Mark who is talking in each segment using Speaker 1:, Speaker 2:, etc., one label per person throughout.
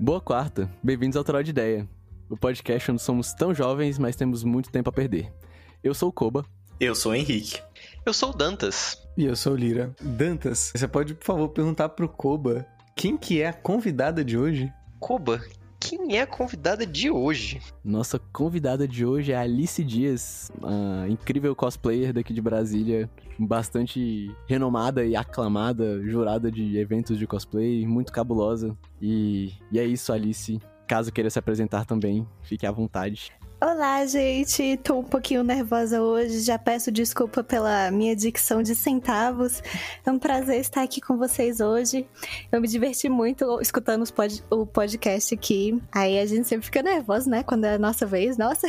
Speaker 1: Boa quarta, bem-vindos ao Troll de Ideia, o podcast onde somos tão jovens, mas temos muito tempo a perder. Eu sou o Koba.
Speaker 2: Eu sou o Henrique.
Speaker 3: Eu sou o Dantas.
Speaker 4: E eu sou o Lira. Dantas, você pode, por favor, perguntar pro Koba quem que é a convidada de hoje?
Speaker 3: Koba, quem é a convidada de hoje?
Speaker 1: Nossa convidada de hoje é a Alice Dias, a incrível cosplayer daqui de Brasília, bastante renomada e aclamada, jurada de eventos de cosplay, muito cabulosa. E, e é isso, Alice. Caso queira se apresentar também, fique à vontade.
Speaker 5: Olá, gente. Tô um pouquinho nervosa hoje. Já peço desculpa pela minha dicção de centavos. É um prazer estar aqui com vocês hoje. Eu me diverti muito escutando os pod o podcast aqui. Aí a gente sempre fica nervoso, né? Quando é a nossa vez. Nossa.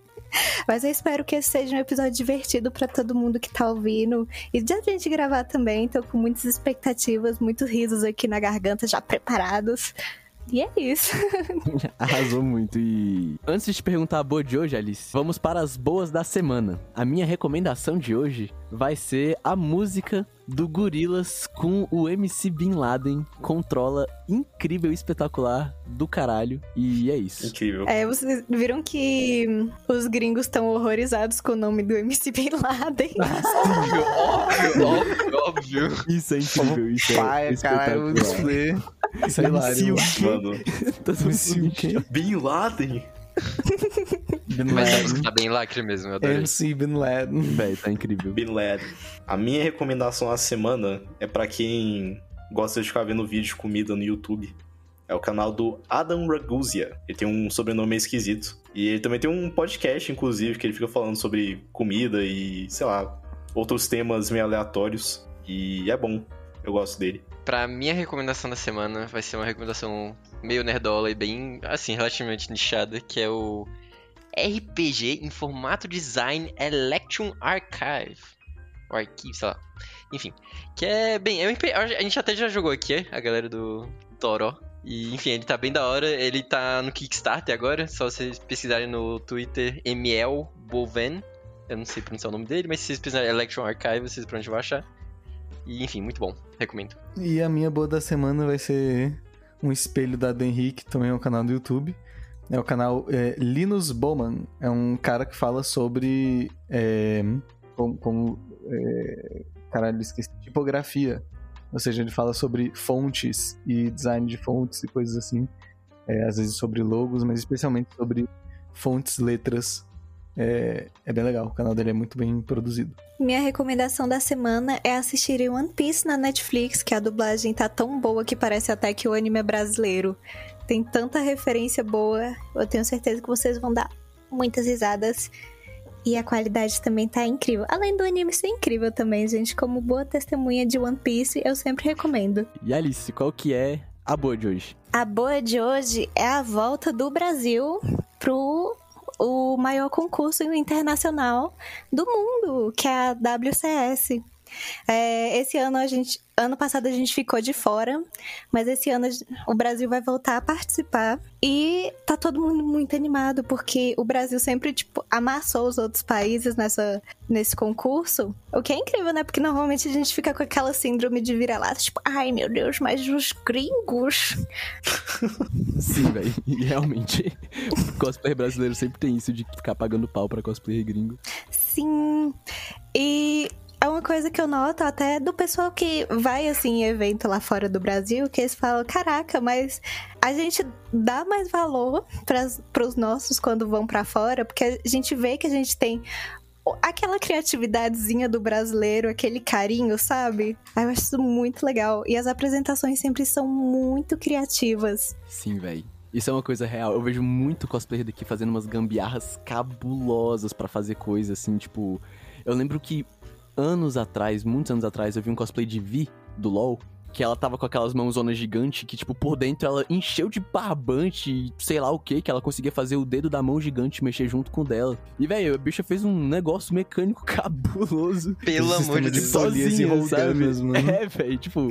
Speaker 5: Mas eu espero que esse seja um episódio divertido para todo mundo que tá ouvindo. E de a gente gravar também, tô com muitas expectativas, muitos risos aqui na garganta, já preparados. E é isso.
Speaker 1: Arrasou muito. E antes de te perguntar a boa de hoje, Alice, vamos para as boas da semana. A minha recomendação de hoje vai ser a música do Gorilas com o MC Bin Laden. Controla incrível, espetacular do caralho. E é isso.
Speaker 2: Incrível.
Speaker 5: É, vocês viram que os gringos estão horrorizados com o nome do MC Bin Laden.
Speaker 3: óbvio, óbvio, óbvio.
Speaker 1: Isso é incrível, isso é
Speaker 4: Pai, caralho,
Speaker 1: espetacular.
Speaker 4: isso é hilário.
Speaker 2: Mano,
Speaker 1: Todo mundo em choque.
Speaker 2: Bin Laden?
Speaker 4: Bin
Speaker 3: Mas a
Speaker 4: Laden.
Speaker 3: música tá bem lacre mesmo, eu adorei.
Speaker 4: MC Bin Laden.
Speaker 1: Véi, tá incrível.
Speaker 2: Bin Laden. A minha recomendação da semana é pra quem gosta de ficar vendo vídeo de comida no YouTube. É o canal do Adam Raguzia. Ele tem um sobrenome meio esquisito. E ele também tem um podcast, inclusive, que ele fica falando sobre comida e, sei lá, outros temas meio aleatórios. E é bom. Eu gosto dele.
Speaker 3: Pra minha recomendação da semana, vai ser uma recomendação meio nerdola e bem, assim, relativamente nichada, que é o RPG em formato design Electrum Archive. Ou arquivo, sei lá. Enfim, que é bem... É um RP a gente até já jogou aqui, a galera do Toró. E, enfim, ele tá bem da hora. Ele tá no Kickstarter agora, só vocês pesquisarem no Twitter ML Boven. Eu não sei pronunciar o nome dele, mas se vocês pesquisarem Electrum Archive, vocês pra onde vão achar. E, enfim, muito bom. Recomendo.
Speaker 4: E a minha boa da semana vai ser um espelho da Dan Henrique, também é um canal do YouTube. É o canal é, Linus Bowman. É um cara que fala sobre. é, como. como, é, caralho, esqueci. Tipografia. Ou seja, ele fala sobre fontes e design de fontes e coisas assim. É, às vezes sobre logos, mas especialmente sobre fontes, letras. É, é bem legal. O canal dele é muito bem produzido.
Speaker 5: Minha recomendação da semana é assistir One Piece na Netflix, que a dublagem tá tão boa que parece até que o anime é brasileiro. Tem tanta referência boa, eu tenho certeza que vocês vão dar muitas risadas. E a qualidade também tá incrível. Além do anime ser incrível também, gente. Como boa testemunha de One Piece, eu sempre recomendo.
Speaker 1: E Alice, qual que é a boa de hoje?
Speaker 5: A boa de hoje é a volta do Brasil pro o maior concurso internacional do mundo, que é a WCS. É, esse ano a gente, ano passado a gente ficou de fora, mas esse ano a gen- o Brasil vai voltar a participar e tá todo mundo muito animado porque o Brasil sempre tipo amassou os outros países nessa nesse concurso, o que é incrível, né? Porque normalmente a gente fica com aquela síndrome de vira-lata, tipo, ai meu Deus, mas os gringos
Speaker 1: Sim, velho. E realmente, o cosplay brasileiro sempre tem isso de ficar pagando pau pra cosplay gringo.
Speaker 5: Sim. E é uma coisa que eu noto até do pessoal que vai assim em evento lá fora do Brasil, que eles falam: "Caraca, mas a gente dá mais valor para os nossos quando vão pra fora, porque a gente vê que a gente tem o- aquela criatividadezinha do brasileiro, aquele carinho, sabe? Aí eu acho isso muito legal. E as apresentações sempre são muito criativas.
Speaker 1: Sim, velho. Isso é uma coisa real. Eu vejo muito cosplayer daqui fazendo umas gambiarras cabulosas pra fazer coisa assim, tipo. Eu lembro que anos atrás, muitos anos atrás, eu vi um cosplay de Vi do LoL. Que ela tava com aquelas mãozonas gigantes que, tipo, por dentro ela encheu de barbante e sei lá o que, que ela conseguia fazer o dedo da mão gigante mexer junto com o dela. E, velho, a bicha fez um negócio mecânico cabuloso.
Speaker 3: Pelo
Speaker 4: Esse
Speaker 3: amor de
Speaker 4: sistema
Speaker 3: Deus.
Speaker 4: de polias e
Speaker 1: Sozinha,
Speaker 4: roldar
Speaker 1: sabe?
Speaker 4: mesmo. né?
Speaker 1: É, velho, tipo,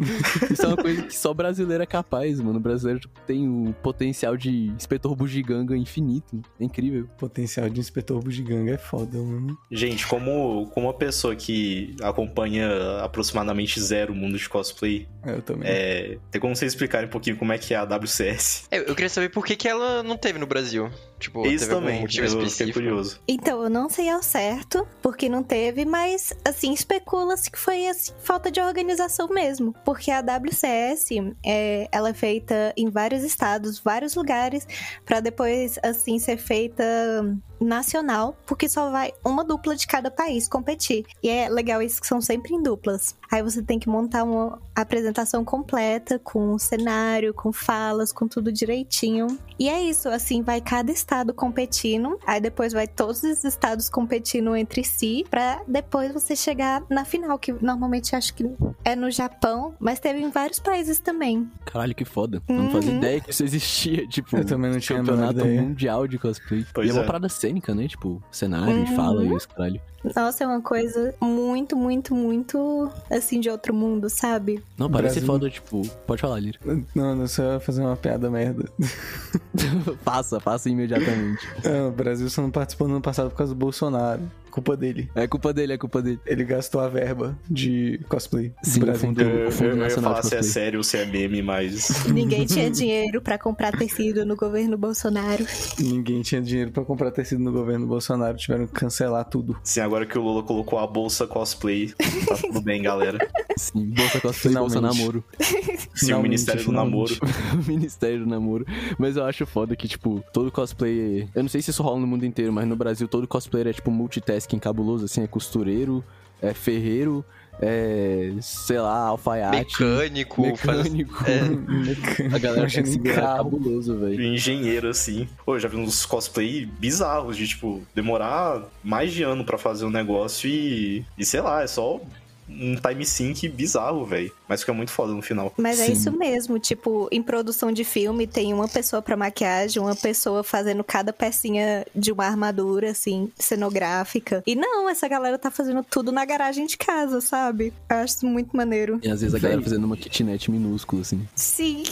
Speaker 1: isso é uma coisa que só brasileiro é capaz, mano. O brasileiro tipo, tem o potencial de inspetor bugiganga infinito. É incrível.
Speaker 4: Potencial de inspetor bugiganga é foda, mano.
Speaker 2: Gente, como, como uma pessoa que acompanha aproximadamente zero o mundo de cosplay,
Speaker 4: Eu também.
Speaker 2: É, tem como vocês explicarem um pouquinho como é que é a WCS?
Speaker 3: É, Eu queria saber por que, que ela não teve no Brasil. Tipo,
Speaker 2: Isso
Speaker 3: teve
Speaker 2: também,
Speaker 3: algum motivo
Speaker 2: eu fiquei
Speaker 3: específico.
Speaker 2: curioso.
Speaker 5: Então, eu não sei ao certo porque não teve, mas assim, especula-se que foi assim, falta de organização mesmo. Porque a WCS é, ela é feita em vários estados, vários lugares, pra depois assim ser feita nacional, porque só vai uma dupla de cada país competir. E é legal isso que são sempre em duplas. Aí você tem que montar uma apresentação completa com o cenário, com falas, com tudo direitinho. E é isso, assim, vai cada estado competindo, aí depois vai todos os estados competindo entre si, pra depois você chegar na final, que normalmente acho que é no Japão, mas teve em vários países também.
Speaker 1: Caralho, que foda. Eu não fazia
Speaker 5: Uhum.
Speaker 1: ideia que isso existia, tipo.
Speaker 4: Eu também não tinha a menor
Speaker 1: Campeonato
Speaker 4: ideia.
Speaker 1: mundial de cosplay.
Speaker 2: Pois
Speaker 1: e é uma
Speaker 2: é.
Speaker 1: parada cênica, né? Tipo, cenário e
Speaker 5: Uhum.
Speaker 1: fala e os caralho.
Speaker 5: Nossa, é uma coisa muito, muito, muito, assim, de outro mundo, sabe?
Speaker 1: Não, parece
Speaker 4: Brasil.
Speaker 1: foda, tipo. Pode falar, Lira.
Speaker 4: Não, não só ia fazer uma piada merda.
Speaker 1: passa, passa imediatamente.
Speaker 4: Ah, o Brasil só não participou no ano passado por causa do Bolsonaro. Culpa dele.
Speaker 1: É culpa dele, é culpa dele.
Speaker 4: Ele gastou a verba de cosplay. do
Speaker 1: Sim,
Speaker 4: Brasil.
Speaker 1: fundo-
Speaker 2: Eu,
Speaker 1: Do
Speaker 2: eu-
Speaker 1: Fundo
Speaker 2: eu ia
Speaker 1: Nacional
Speaker 2: falar
Speaker 1: de
Speaker 2: se é
Speaker 1: Cosplay.
Speaker 2: sério ou se é meme, mas.
Speaker 5: Ninguém tinha dinheiro pra comprar tecido no governo Bolsonaro.
Speaker 4: Ninguém tinha dinheiro pra comprar tecido no governo Bolsonaro. Tiveram que cancelar tudo.
Speaker 2: Sim, assim, agora que o Lula colocou a bolsa cosplay, tá tudo bem, galera.
Speaker 1: Sim, Bolsa Cosplay, Bolsa
Speaker 4: Finalmente.
Speaker 1: Namoro.
Speaker 2: Sim, o
Speaker 4: Finalmente,
Speaker 2: Ministério do
Speaker 4: finalmente.
Speaker 2: Namoro.
Speaker 1: Ministério do Namoro. Mas eu acho foda que, tipo, todo cosplay. Eu não sei se isso rola no mundo inteiro, mas no Brasil todo cosplayer é, tipo, multitasking cabuloso, assim, é costureiro, é ferreiro, é. sei lá, alfaiate.
Speaker 3: Mecânico, faz-
Speaker 1: mecânico.
Speaker 4: É. Mecânico.
Speaker 1: É. A galera
Speaker 4: Imagina
Speaker 1: conseguiu
Speaker 4: um
Speaker 1: é
Speaker 4: carro.
Speaker 1: cabuloso, velho.
Speaker 2: engenheiro, assim. Pô, eu já vi uns cosplay bizarros de, tipo, demorar mais de ano pra fazer um negócio e. E sei lá, é só um time sync bizarro, velho. Mas fica muito foda no final.
Speaker 5: Mas é
Speaker 1: Sim.
Speaker 5: isso mesmo, tipo, em produção de filme tem uma pessoa pra maquiagem, uma pessoa fazendo cada pecinha de uma armadura, assim, cenográfica. E não, essa galera tá fazendo tudo na garagem de casa, sabe? Eu acho isso muito maneiro.
Speaker 1: E às vezes a galera fazendo uma kitnet minúscula, assim.
Speaker 5: Sim.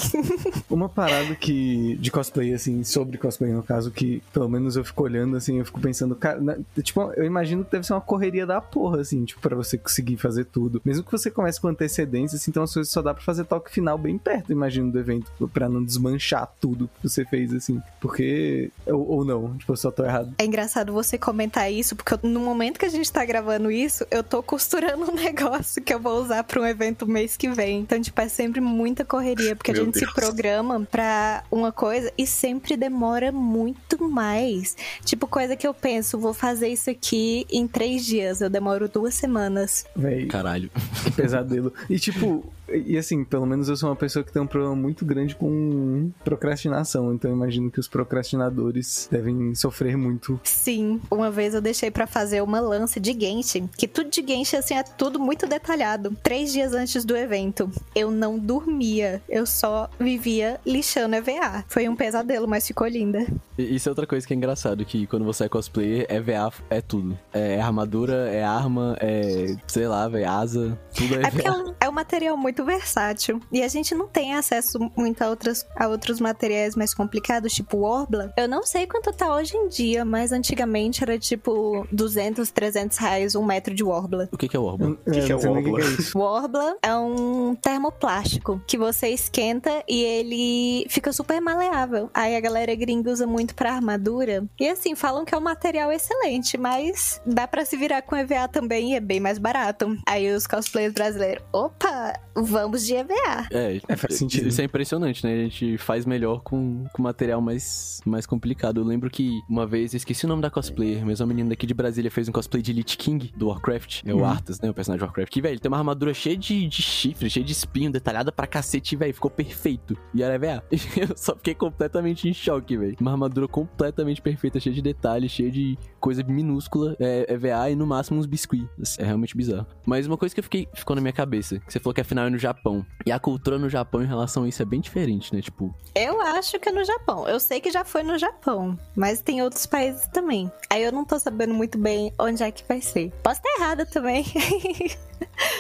Speaker 4: Uma parada que. de cosplay, assim, sobre cosplay no caso, que pelo menos eu fico olhando, assim, eu fico pensando, cara. na- tipo, eu imagino que deve ser uma correria da porra, assim, tipo, pra você conseguir fazer tudo. Mesmo que você comece com antecedência, assim, então as coisas só dá pra fazer toque final bem perto, imagino, do evento, pra não desmanchar tudo que você fez, assim. Porque. Ou, ou não, tipo, eu só tô errado.
Speaker 5: É engraçado você comentar isso, porque eu- no momento que a gente tá gravando isso, eu tô costurando um negócio que eu vou usar pra um evento mês que vem. Então, tipo, é sempre muita correria, porque a
Speaker 2: Meu
Speaker 5: gente
Speaker 2: Deus.
Speaker 5: se programa pra uma coisa e sempre demora muito mais. Tipo, coisa que eu penso, vou fazer isso aqui em três dias, eu demoro duas semanas.
Speaker 4: Véi.
Speaker 1: Caralho.
Speaker 4: Que pesadelo. E tipo, e e, assim, pelo menos eu sou uma pessoa que tem um problema muito grande com procrastinação, então eu imagino que os procrastinadores devem sofrer muito.
Speaker 5: Sim, uma vez eu deixei pra fazer uma lança de Genshin, que tudo de Genshin, assim, é tudo muito detalhado. Três dias antes do evento, eu não dormia, eu só vivia lixando EVA. Foi um pesadelo, mas ficou linda.
Speaker 1: E- Isso é outra coisa que é engraçado, que quando você é cosplayer, é VA, é tudo. É armadura, é arma, é, sei lá, velho, asa, tudo é
Speaker 5: É porque
Speaker 1: VA.
Speaker 5: é um, é um material muito versátil. E a gente não tem acesso muito a, outras, a outros materiais mais complicados, tipo Orbla. Eu não sei quanto tá hoje em dia, mas antigamente era tipo 200, 300 reais um metro de Orbla.
Speaker 1: O que que é o Orban?
Speaker 4: Eu- eu
Speaker 2: que é
Speaker 4: não sei nem
Speaker 2: Wobbler?
Speaker 4: é isso?
Speaker 5: O Orbla é um termoplástico que você esquenta e ele fica super maleável. Aí a galera gringa usa muito pra armadura. E assim, falam que é um material excelente, mas dá pra se virar com EVA também e é bem mais barato. Aí os cosplayers brasileiros, opa, vamos de EVA.
Speaker 1: É,
Speaker 4: É, faz sentido.
Speaker 1: Isso é impressionante, né? A gente faz melhor com, com material mais, mais complicado. Eu lembro que uma vez, eu esqueci o nome da cosplayer, mas uma menina daqui de Brasília fez um cosplay de Lich King do Warcraft. É o
Speaker 4: Hum.
Speaker 1: Arthas, né? O personagem do Warcraft. Que, velho, tem uma armadura cheia de, de chifre, cheia de espinho, detalhada pra cacete, velho. Ficou perfeito. E era VA. Eu só fiquei completamente em choque, velho. Uma armadura completamente perfeita, cheia de detalhes, cheia de coisa minúscula, é, é VA e no máximo uns biscuits. Assim, É realmente bizarro. Mas uma coisa que eu fiquei, ficou na minha cabeça, que você falou que a final é no Japão. E a cultura no Japão em relação a isso é bem diferente, né? Tipo,
Speaker 5: Eu acho que é no Japão. Eu sei que já foi no Japão, mas tem outros países também. Aí eu não tô sabendo muito bem onde é que vai ser. Posso estar errada também.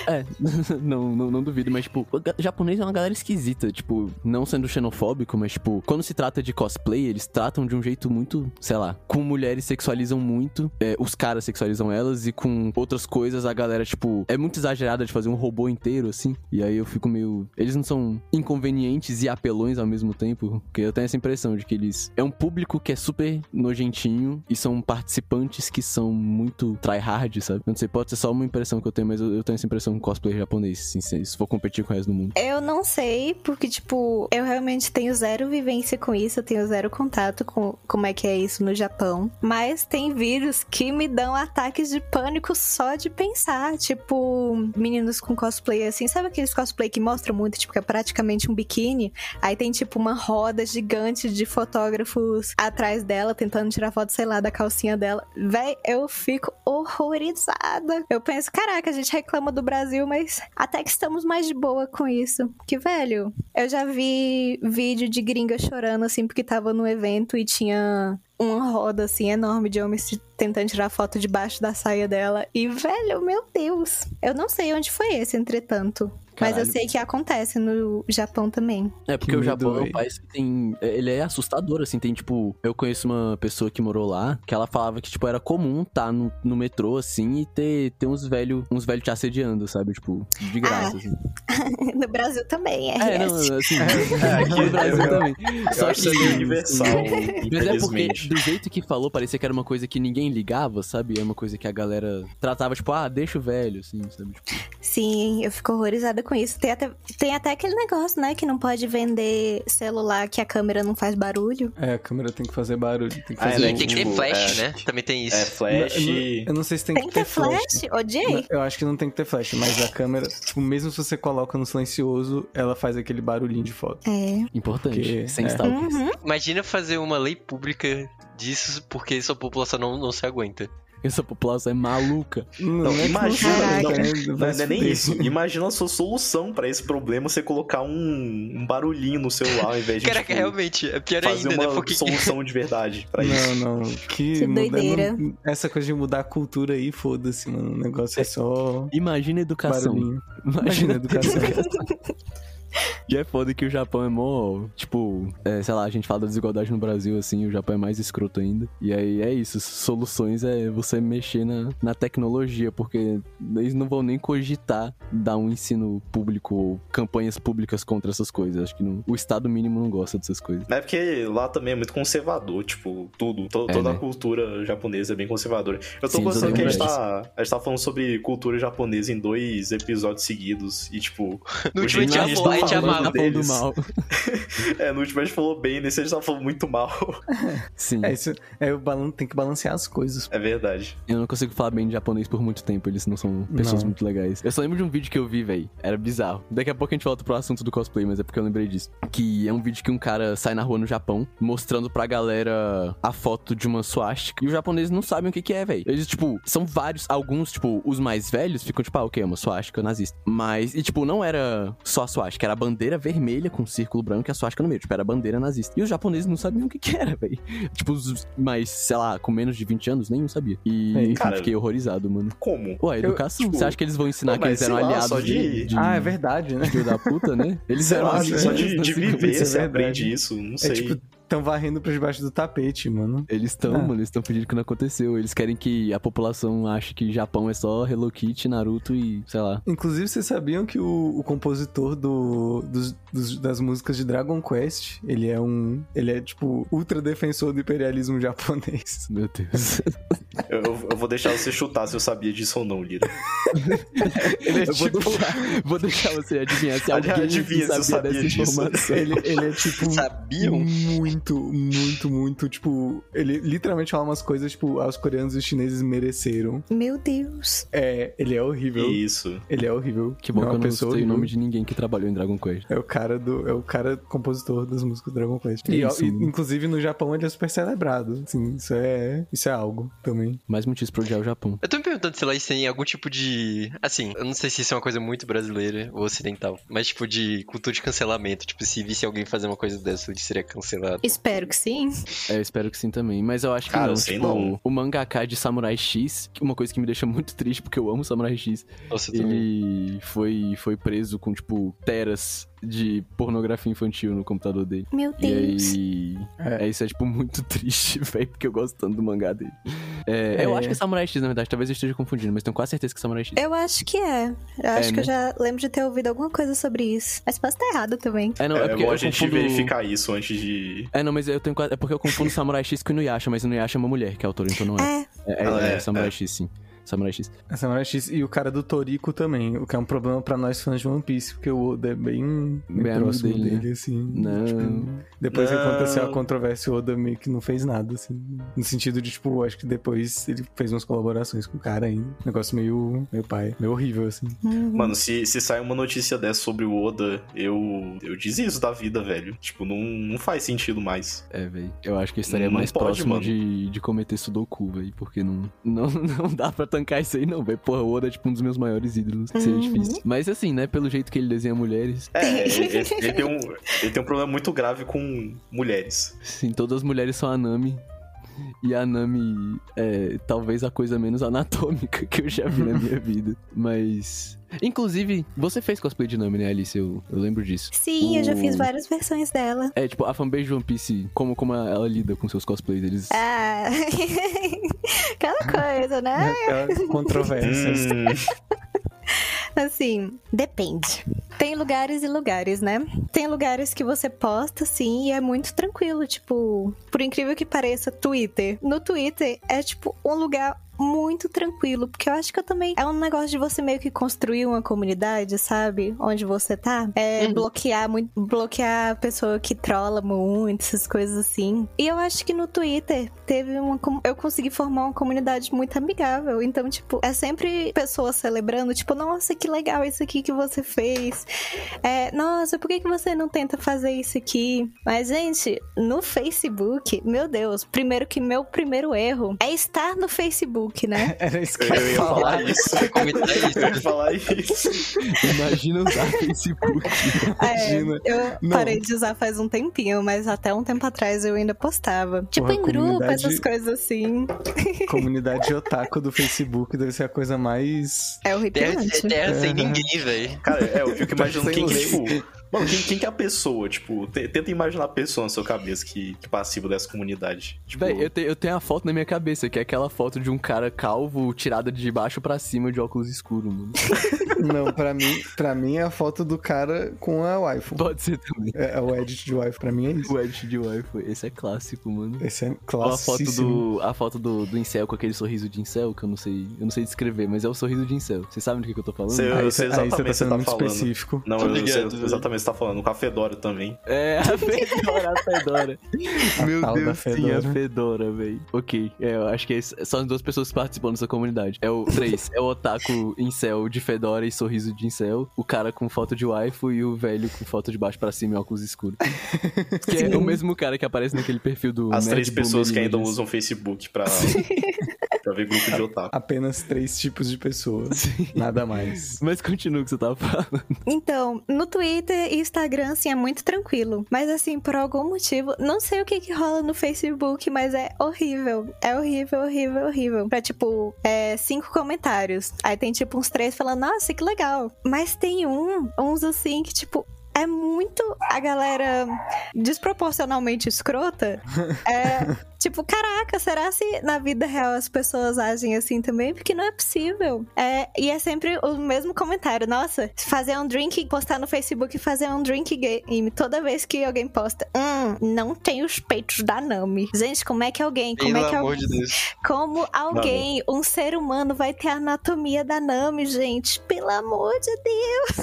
Speaker 1: É, não, não, não duvido, mas, tipo, o ga- japonês é uma galera esquisita, tipo, não sendo xenofóbico, mas, tipo, quando se trata de cosplay, eles tratam de um jeito muito, sei lá, com mulheres sexualizam muito, é, os caras sexualizam elas, e com outras coisas a galera, tipo, é muito exagerada de fazer um robô inteiro, assim, e aí eu fico meio. Eles não são inconvenientes e apelões ao mesmo tempo, porque eu tenho essa impressão de que eles. É um público que é super nojentinho e são participantes que são muito tryhard, sabe? Não sei, pode ser só uma impressão que eu tenho, mas eu, eu tenho essa impressão com cosplay japonês, assim, se, se for competir com o resto do mundo.
Speaker 5: Eu não sei, porque, tipo, eu realmente tenho zero vivência com isso, eu tenho zero contato com como é que é isso no Japão. Mas tem vírus que me dão ataques de pânico só de pensar. Tipo, meninos com cosplay assim, sabe aqueles cosplay que mostram muito, tipo, que é praticamente um biquíni? Aí tem, tipo, uma roda gigante de fotógrafos atrás dela, tentando tirar foto, sei lá, da calcinha dela. Véi, eu fico horrorizada. Eu penso, caraca, a gente reclama do Brasil, mas até que estamos mais de boa com isso. Que, velho, eu já vi vídeo de gringa chorando, assim, porque tava num evento e tinha uma roda, assim, enorme de homens t- tentando tirar foto debaixo da saia dela. E, velho, meu Deus. Eu não sei onde foi esse, entretanto. Mas assim, eu
Speaker 1: Caralho.
Speaker 5: sei que acontece no Japão também.
Speaker 1: É, porque
Speaker 4: Que
Speaker 1: o
Speaker 4: medo,
Speaker 1: Japão é um
Speaker 4: véi.
Speaker 1: país que tem. é, Ele é assustador, assim. Tem, tipo, eu conheço uma pessoa que morou lá, que ela falava que, tipo, era comum tá no, no metrô, assim, e ter, ter uns velhos uns velho te assediando, sabe? Tipo, de graça, assim.
Speaker 5: No Brasil também, Ah, é.
Speaker 1: É, não, assim.
Speaker 2: aqui
Speaker 1: no Brasil
Speaker 2: eu-
Speaker 1: também. assim,
Speaker 2: Só que isso é meio universal,
Speaker 1: Mas é porque,
Speaker 2: infelizmente.
Speaker 1: do jeito que falou, parecia que era uma coisa que ninguém ligava, sabe? É uma coisa que a galera tratava, tipo, ah, deixa o velho, assim, sabe? Tipo,
Speaker 5: Sim, eu fico horrorizada com isso. Tem até, tem até aquele negócio, né, que não pode vender celular que a câmera não faz barulho.
Speaker 4: É, a câmera tem que fazer barulho, tem que
Speaker 2: Ah,
Speaker 4: fazer... um
Speaker 2: né,
Speaker 3: E tem que ter
Speaker 2: tipo,
Speaker 3: flash,
Speaker 2: é.
Speaker 3: né? Também tem isso.
Speaker 2: É flash.
Speaker 4: Eu não sei se tem,
Speaker 5: Tem que ter flash?
Speaker 4: Não,
Speaker 5: Odiei.
Speaker 4: Eu acho que não tem que ter flash, mas a câmera, tipo, mesmo se você coloca no silencioso, ela faz aquele barulhinho de foto.
Speaker 5: É.
Speaker 1: importante.
Speaker 4: Porque-
Speaker 1: sem
Speaker 4: é.
Speaker 1: stalkers.
Speaker 5: Uhum.
Speaker 3: Imagina fazer uma lei pública disso porque sua população não, não se aguenta.
Speaker 1: Essa população é maluca.
Speaker 2: Não,
Speaker 4: é que
Speaker 2: imagina,
Speaker 4: não,
Speaker 2: não,
Speaker 4: né?
Speaker 2: Não, não
Speaker 4: Vai
Speaker 2: é
Speaker 4: se
Speaker 2: nem
Speaker 4: fuder.
Speaker 2: isso. Imagina a sua solução pra esse problema você colocar um, um barulhinho no celular ao invés de
Speaker 3: Caraca,
Speaker 2: tipo,
Speaker 3: realmente, é pior
Speaker 2: fazer
Speaker 3: ainda, né?
Speaker 2: uma
Speaker 3: Porque
Speaker 2: solução de verdade pra isso.
Speaker 4: Não, não. Que,
Speaker 5: Que
Speaker 4: muda-
Speaker 5: doideira.
Speaker 4: não- essa coisa de mudar a cultura aí, foda-se, mano. O negócio é só
Speaker 1: Imagina a educação.
Speaker 4: barulhinho.
Speaker 1: Imagina
Speaker 4: Imagina a educação.
Speaker 1: E é foda que o Japão é mó, tipo, é, sei lá, a gente fala da desigualdade no Brasil, assim, o Japão é mais escroto ainda. E aí é isso, soluções é você mexer na, na tecnologia, porque eles não vão nem cogitar dar um ensino público ou campanhas públicas contra essas coisas. Acho que não- o Estado mínimo não gosta dessas coisas.
Speaker 2: É porque lá também é muito conservador, tipo, tudo. To-
Speaker 1: É,
Speaker 2: toda
Speaker 1: né?
Speaker 2: a cultura japonesa é bem conservadora. Eu tô
Speaker 1: Sim,
Speaker 2: gostando que a gente,
Speaker 1: totalmente.
Speaker 2: tá, a gente tá falando sobre cultura japonesa em dois episódios seguidos. E, tipo,
Speaker 3: no
Speaker 2: o
Speaker 3: último a gente
Speaker 2: jornalista
Speaker 3: amou, a gente
Speaker 2: falando
Speaker 3: amava.
Speaker 2: dele. deles.
Speaker 1: mal.
Speaker 2: é, no último a gente falou bem, nesse a gente tá falando muito mal.
Speaker 1: Sim,
Speaker 4: É isso. É, o balan... tem que balancear as coisas.
Speaker 2: É verdade.
Speaker 1: eu não consigo falar bem de japonês por muito tempo, eles não são pessoas
Speaker 4: Não.
Speaker 1: muito legais. Eu só lembro de um vídeo que eu vi, véi, era bizarro. Daqui a pouco a gente volta pro assunto do cosplay, mas é porque eu lembrei disso. Que é um vídeo que um cara sai na rua no Japão, mostrando pra galera a foto de uma swastika. E os japoneses não sabem o que que é, véi. Eles, tipo, são vários, alguns, tipo, os mais velhos ficam tipo, ah, o que é uma swastika nazista. Mas, e tipo, não era só a swastika, era a bandeira vermelha com um círculo branco e a swastika no meio, tipo, era a bandeira nazista. E os japoneses não sabiam o que que era, véi. Tipo, os mais, sei lá, com menos de 20 anos, nenhum sabia. E
Speaker 4: É,
Speaker 1: enfim,
Speaker 2: cara,
Speaker 1: fiquei horrorizado, mano.
Speaker 2: Como?
Speaker 1: Ué, educação.
Speaker 2: tipo,
Speaker 1: Você acha que eles vão ensinar
Speaker 2: não,
Speaker 1: que eles
Speaker 2: mas
Speaker 1: eram
Speaker 2: sei lá,
Speaker 1: aliados
Speaker 2: só de-
Speaker 1: de, de-
Speaker 4: Ah, é verdade, né?
Speaker 1: Filho da puta, né? Eles
Speaker 4: Sei
Speaker 1: eram
Speaker 4: lá,
Speaker 1: aliados.
Speaker 2: só de,
Speaker 1: não
Speaker 2: de
Speaker 1: sei como
Speaker 2: viver
Speaker 1: isso é
Speaker 2: você
Speaker 1: verdade.
Speaker 2: aprende isso, não sei.
Speaker 4: É tipo, tão varrendo pra debaixo do tapete, mano.
Speaker 1: Eles estão,
Speaker 4: Ah.
Speaker 1: mano, eles estão pedindo que não aconteceu. Eles querem que a população ache que Japão é só Hello Kitty, Naruto e, sei lá.
Speaker 4: Inclusive, vocês sabiam que o, o compositor do, dos- dos- das músicas de Dragon Quest, ele é um. Ele é, tipo, ultra defensor do imperialismo japonês.
Speaker 1: Meu Deus.
Speaker 2: Eu, eu- eu vou deixar você chutar se eu sabia disso ou não, Lira.
Speaker 4: Ele é,
Speaker 1: Eu vou
Speaker 4: tipo,
Speaker 1: deixar, vou deixar você adivinhar se alguém
Speaker 2: Adivinha se
Speaker 1: sabia,
Speaker 2: eu sabia
Speaker 1: dessa
Speaker 2: disso.
Speaker 1: informação.
Speaker 4: ele, ele é, tipo,
Speaker 3: Sabiam?
Speaker 4: Muito, muito, muito. Tipo, ele literalmente fala umas coisas, tipo, ah, os coreanos e os chineses mereceram.
Speaker 5: Meu Deus.
Speaker 4: É, ele é horrível.
Speaker 2: Isso.
Speaker 4: Ele é horrível.
Speaker 1: Que bom
Speaker 4: É
Speaker 1: que eu
Speaker 4: uma
Speaker 1: não
Speaker 4: pessoa
Speaker 1: sei o nome
Speaker 4: horrível.
Speaker 1: de ninguém que trabalhou em Dragon Quest.
Speaker 4: É o cara do. É o cara compositor das músicas do Dragon Quest.
Speaker 1: É
Speaker 4: E, ó,
Speaker 1: isso,
Speaker 4: e,
Speaker 1: né?
Speaker 4: inclusive no Japão ele é super celebrado. Assim, isso é. Isso é algo também.
Speaker 1: Mais motivos pra odiar o Japão.
Speaker 3: Eu tô me perguntando se elas têm algum tipo de. Assim, eu não sei se isso é uma coisa muito brasileira ou ocidental, mas tipo de cultura de cancelamento. Tipo, se visse alguém fazer uma coisa dessa, ele seria cancelado.
Speaker 5: Espero que sim.
Speaker 1: É, eu espero que sim também. Mas eu acho que
Speaker 2: Cara,
Speaker 1: não.
Speaker 2: sei
Speaker 1: tipo,
Speaker 2: não.
Speaker 1: o mangaka de Samurai X, que uma coisa que me deixa muito triste, porque eu amo Samurai X,
Speaker 3: Nossa, eu também.
Speaker 1: ele foi, foi preso com, tipo, teras de pornografia infantil no computador dele.
Speaker 5: Meu Deus.
Speaker 1: E aí.
Speaker 4: É.
Speaker 1: É, isso é, tipo, muito triste, velho, porque eu gosto tanto do mangá dele. É, Eu
Speaker 4: É.
Speaker 1: acho que é Samurai X, na verdade. Talvez eu esteja confundindo, mas tenho quase certeza que é Samurai X.
Speaker 5: Eu acho que é. Eu acho
Speaker 1: É,
Speaker 5: que
Speaker 1: né?
Speaker 5: eu já lembro de ter ouvido alguma coisa sobre isso. Mas posso estar errado também.
Speaker 1: É, não,
Speaker 2: É,
Speaker 1: é, porque
Speaker 2: bom
Speaker 1: eu
Speaker 2: a gente
Speaker 1: confundo-
Speaker 2: verificar isso antes de.
Speaker 1: É, não, mas eu tenho quase... É porque eu confundo Samurai X com Inuyasha, mas Inuyasha é uma mulher que é autora, então não é.
Speaker 5: É,
Speaker 1: É, é,
Speaker 2: Ah,
Speaker 1: é,
Speaker 2: é,
Speaker 1: Samurai
Speaker 2: é.
Speaker 1: X, sim. Samurai X.
Speaker 4: A É Samurai X e o cara do Toriko também, o que é um problema pra nós fãs de One Piece, porque o Oda é bem, bem
Speaker 1: Bem amigo
Speaker 4: próximo
Speaker 1: dele,
Speaker 4: dele,
Speaker 1: né?
Speaker 4: assim.
Speaker 1: Não.
Speaker 4: depois que
Speaker 2: Não.
Speaker 4: aconteceu a controvérsia, o Oda meio que não fez nada, assim. No sentido de, tipo, acho que depois ele fez umas colaborações com o cara ainda. um Negócio meio, meio pai, meio horrível, assim.
Speaker 5: Uhum.
Speaker 2: Mano, se, se sai uma notícia dessa sobre o Oda, eu, eu desisto da vida, velho. Tipo, não, não faz sentido mais.
Speaker 1: É, velho. Eu acho que eu estaria
Speaker 2: Não
Speaker 1: mais
Speaker 2: Hum, pode,
Speaker 1: próximo
Speaker 2: mano.
Speaker 1: de, de cometer Sudoku, velho. Porque não, não, não dá pra tancar isso aí, não, velho. Porra, o Oda é tipo um dos meus maiores ídolos. Seria
Speaker 5: Uhum.
Speaker 1: difícil. Mas assim, né? Pelo jeito que ele desenha mulheres,
Speaker 2: É, ele, ele- ele tem um, ele tem um problema muito grave com mulheres.
Speaker 1: sim, todas as mulheres são Anami. E a Anami é talvez a coisa menos anatômica que eu já vi na minha vida. Mas. Inclusive, você fez cosplay de Nami, né, Alice? Eu, eu lembro disso.
Speaker 5: sim, eu já fiz
Speaker 1: O-
Speaker 5: várias versões dela.
Speaker 1: É, tipo, a fanbase de One Piece, como, como ela lida com seus cosplays? Eles.
Speaker 5: Ah, aquela coisa, né?
Speaker 4: Aquela controvérsia.
Speaker 2: Hum,
Speaker 5: Assim, depende. Tem lugares e lugares, né? Tem lugares que você posta, sim, e é muito tranquilo. Tipo, por incrível que pareça, Twitter. No Twitter é, tipo, um lugar muito tranquilo, porque eu acho que eu também é um negócio de você meio que construir uma comunidade, sabe? Onde você tá, é
Speaker 3: Uhum.
Speaker 5: bloquear muito, bloquear a pessoa que trola muito, essas coisas assim. E eu acho que no Twitter teve uma com- eu consegui formar uma comunidade muito amigável, então tipo, é sempre pessoas celebrando, tipo, nossa, que legal isso aqui que você fez. É, nossa, por que, que você não tenta fazer isso aqui? Mas, gente, no Facebook, meu Deus, primeiro que meu primeiro erro é estar no Facebook, né?
Speaker 4: Era isso que eu
Speaker 2: eu
Speaker 4: ia
Speaker 2: ia
Speaker 4: falar.
Speaker 2: falar isso.
Speaker 3: Eu ia comentar isso.
Speaker 2: Eu ia falar isso.
Speaker 1: Imagina usar Facebook.
Speaker 5: É,
Speaker 4: Imagina.
Speaker 5: eu
Speaker 4: Não.
Speaker 5: parei de usar faz um tempinho, mas até um tempo atrás eu ainda postava. Tipo,
Speaker 4: Porra,
Speaker 5: em grupo,
Speaker 4: comunidade-
Speaker 5: essas coisas assim.
Speaker 4: Comunidade otaku do Facebook deve ser a coisa mais.
Speaker 5: É
Speaker 3: Terra,
Speaker 5: horripilante.
Speaker 3: terra sem
Speaker 4: Uhum.
Speaker 3: ninguém, velho.
Speaker 2: Cara, é, eu fico imaginando quem que,
Speaker 4: Sem
Speaker 2: tipo. Mano, quem, quem que é a pessoa? Tipo, te- tenta imaginar a pessoa na sua cabeça que, que passiva dessa comunidade. Tipo,
Speaker 1: Véi, eu, te- eu tenho a foto na minha cabeça, que é aquela foto de um cara calvo tirada de baixo pra cima de óculos escuros, mano.
Speaker 4: Não, pra mim, pra mim é a foto do cara com a waifu.
Speaker 1: Pode ser também.
Speaker 4: É, é o edit de waifu, pra mim é isso.
Speaker 1: O Edit de Wife, esse é clássico, mano.
Speaker 4: Esse é
Speaker 1: Ou a foto
Speaker 4: classíssimo.
Speaker 1: do. A foto do, do Incel com aquele sorriso de Incel, que eu não sei. Eu não sei descrever, mas é o sorriso de Incel. Vocês sabem do que, que eu tô falando?
Speaker 2: Sei. Eu sei
Speaker 4: Aí, cê- aí
Speaker 2: exatamente
Speaker 4: você
Speaker 2: o
Speaker 4: tá
Speaker 2: que você
Speaker 4: sendo
Speaker 2: tá
Speaker 4: muito
Speaker 2: falando.
Speaker 4: específico.
Speaker 2: Não, eu sei
Speaker 3: Obrigado, velho.
Speaker 2: exatamente o que você tá falando. Com a Fedora também.
Speaker 1: É, a Fedora, a Fedora. Meu
Speaker 4: tal da
Speaker 1: Deus, sim, a
Speaker 4: Fedora.
Speaker 1: Fedora, véi. Ok, é, eu acho que é, isso. são as duas pessoas que participam dessa comunidade. É o três, é o otaku incel de Fedora e sorriso de incel, o cara com foto de waifu e o velho com foto de baixo pra cima e óculos escuros. Que é o mesmo cara que aparece naquele perfil do
Speaker 2: As
Speaker 1: Nerd
Speaker 2: três
Speaker 1: Boomer
Speaker 2: pessoas que ainda
Speaker 1: Images.
Speaker 2: usam Facebook pra, pra ver grupo de otaku. Tá
Speaker 4: Apenas três tipos de pessoas.
Speaker 1: Sim.
Speaker 4: Nada mais.
Speaker 1: Mas continua o que você tava falando.
Speaker 5: Então, no Twitter e Instagram, assim, é muito tranquilo. Mas, assim, por algum motivo, não sei o que que rola no Facebook, mas é horrível. É horrível, horrível, horrível. Pra, tipo, é, cinco comentários. Aí tem, tipo, uns três falando, nossa, que legal. Mas tem um, uns assim, que, tipo, é muito a galera desproporcionalmente escrota. É, tipo, caraca, será se na vida real as pessoas agem assim também? Porque não é possível. É, e é sempre o mesmo comentário. Nossa, fazer um drink, postar no Facebook e fazer um drink game. Toda vez que alguém posta, hum, não tem os peitos da Nami. Gente, como é que alguém, como
Speaker 3: Pelo
Speaker 5: é que
Speaker 3: amor
Speaker 5: alguém,
Speaker 3: de Deus.
Speaker 5: como alguém, um ser humano vai ter a anatomia da Nami, gente? Pelo amor de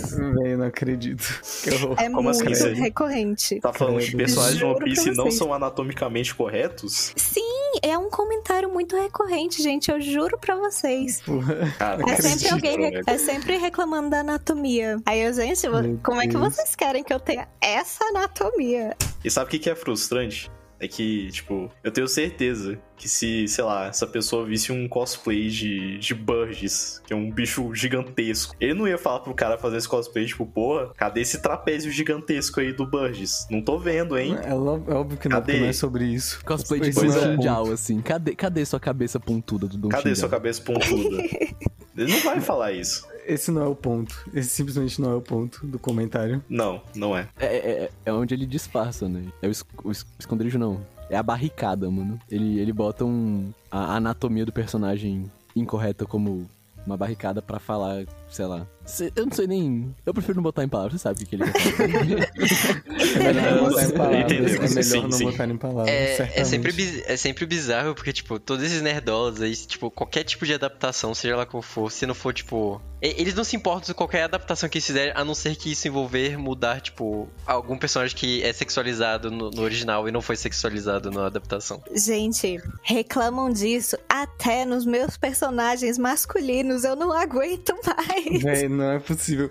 Speaker 5: Deus.
Speaker 4: Véi, não acredito. Que horror.
Speaker 5: É
Speaker 2: Como assim,
Speaker 5: muito
Speaker 2: gente?
Speaker 5: recorrente.
Speaker 2: Tá falando de
Speaker 4: Credo.
Speaker 2: personagens de One
Speaker 5: Juro pra
Speaker 2: Piece não
Speaker 5: vocês.
Speaker 2: são anatomicamente corretos?
Speaker 5: Sim, é um comentário muito recorrente, gente. Eu juro pra vocês.
Speaker 4: Porra.
Speaker 2: Cara,
Speaker 5: É
Speaker 4: Acredito,
Speaker 5: sempre alguém
Speaker 2: velho.
Speaker 5: é sempre reclamando da anatomia. Aí eu, gente, vo-
Speaker 4: Meu
Speaker 5: como é que
Speaker 4: Deus.
Speaker 5: vocês querem que eu tenha essa anatomia?
Speaker 2: E sabe o que que é frustrante? É É que, tipo, eu tenho certeza que se, sei lá, essa pessoa visse um cosplay de, de Burgess, que é um bicho gigantesco, ele não ia falar pro cara fazer esse cosplay, tipo, porra, cadê esse trapézio gigantesco aí do Burgess? Não tô vendo, hein?
Speaker 4: É, lo- é óbvio que não,
Speaker 2: Cadê?
Speaker 4: porque não é sobre isso.
Speaker 1: Cosplay de
Speaker 4: Pois
Speaker 1: Dom
Speaker 2: é.
Speaker 1: Xinjiao, assim. Cadê, cadê sua cabeça pontuda do Dom
Speaker 2: Cadê sua
Speaker 1: Xinjiao?
Speaker 2: cabeça pontuda? ele não vai falar isso.
Speaker 4: Esse não é o ponto. Esse simplesmente não é o ponto do comentário.
Speaker 2: Não, não é.
Speaker 1: É, é, é onde ele disfarça, né? É o, es- o es- esconderijo, não. É a barricada, mano. Ele, ele bota um, a anatomia do personagem incorreta como uma barricada pra falar, sei lá. Cê- eu não sei nem. Eu prefiro não botar em palavras, você sabe o que, que ele quer falar.
Speaker 4: É melhor não
Speaker 3: Não,
Speaker 4: botar em palavras.
Speaker 2: entendeu.
Speaker 4: É melhor
Speaker 2: Sim,
Speaker 4: não
Speaker 2: sim.
Speaker 4: botar em palavras.
Speaker 3: É, é,
Speaker 4: certamente.
Speaker 3: sempre, biz- é sempre bizarro, porque, tipo, todos esses nerdolas aí, tipo, qualquer tipo de adaptação, seja lá qual for, se não for, tipo. e- Eles não se importam com qualquer adaptação que eles fizerem, a não ser que isso envolver mudar, tipo, algum personagem que é sexualizado no, no original e não foi sexualizado na adaptação.
Speaker 5: Gente, reclamam disso até nos meus personagens masculinos. Eu não aguento mais.
Speaker 4: Véi, não é possível.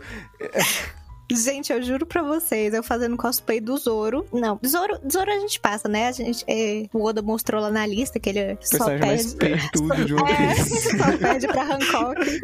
Speaker 5: Gente, eu juro pra vocês, eu fazendo cosplay do Zoro. Não, Zoro, Zoro a gente passa, né? A gente, é, o Oda mostrou lá na lista que ele é
Speaker 4: O
Speaker 5: só
Speaker 4: personagem é mais
Speaker 5: perde.
Speaker 4: peitudo de um
Speaker 5: É,
Speaker 4: Piece.
Speaker 5: só perde pra Hancock.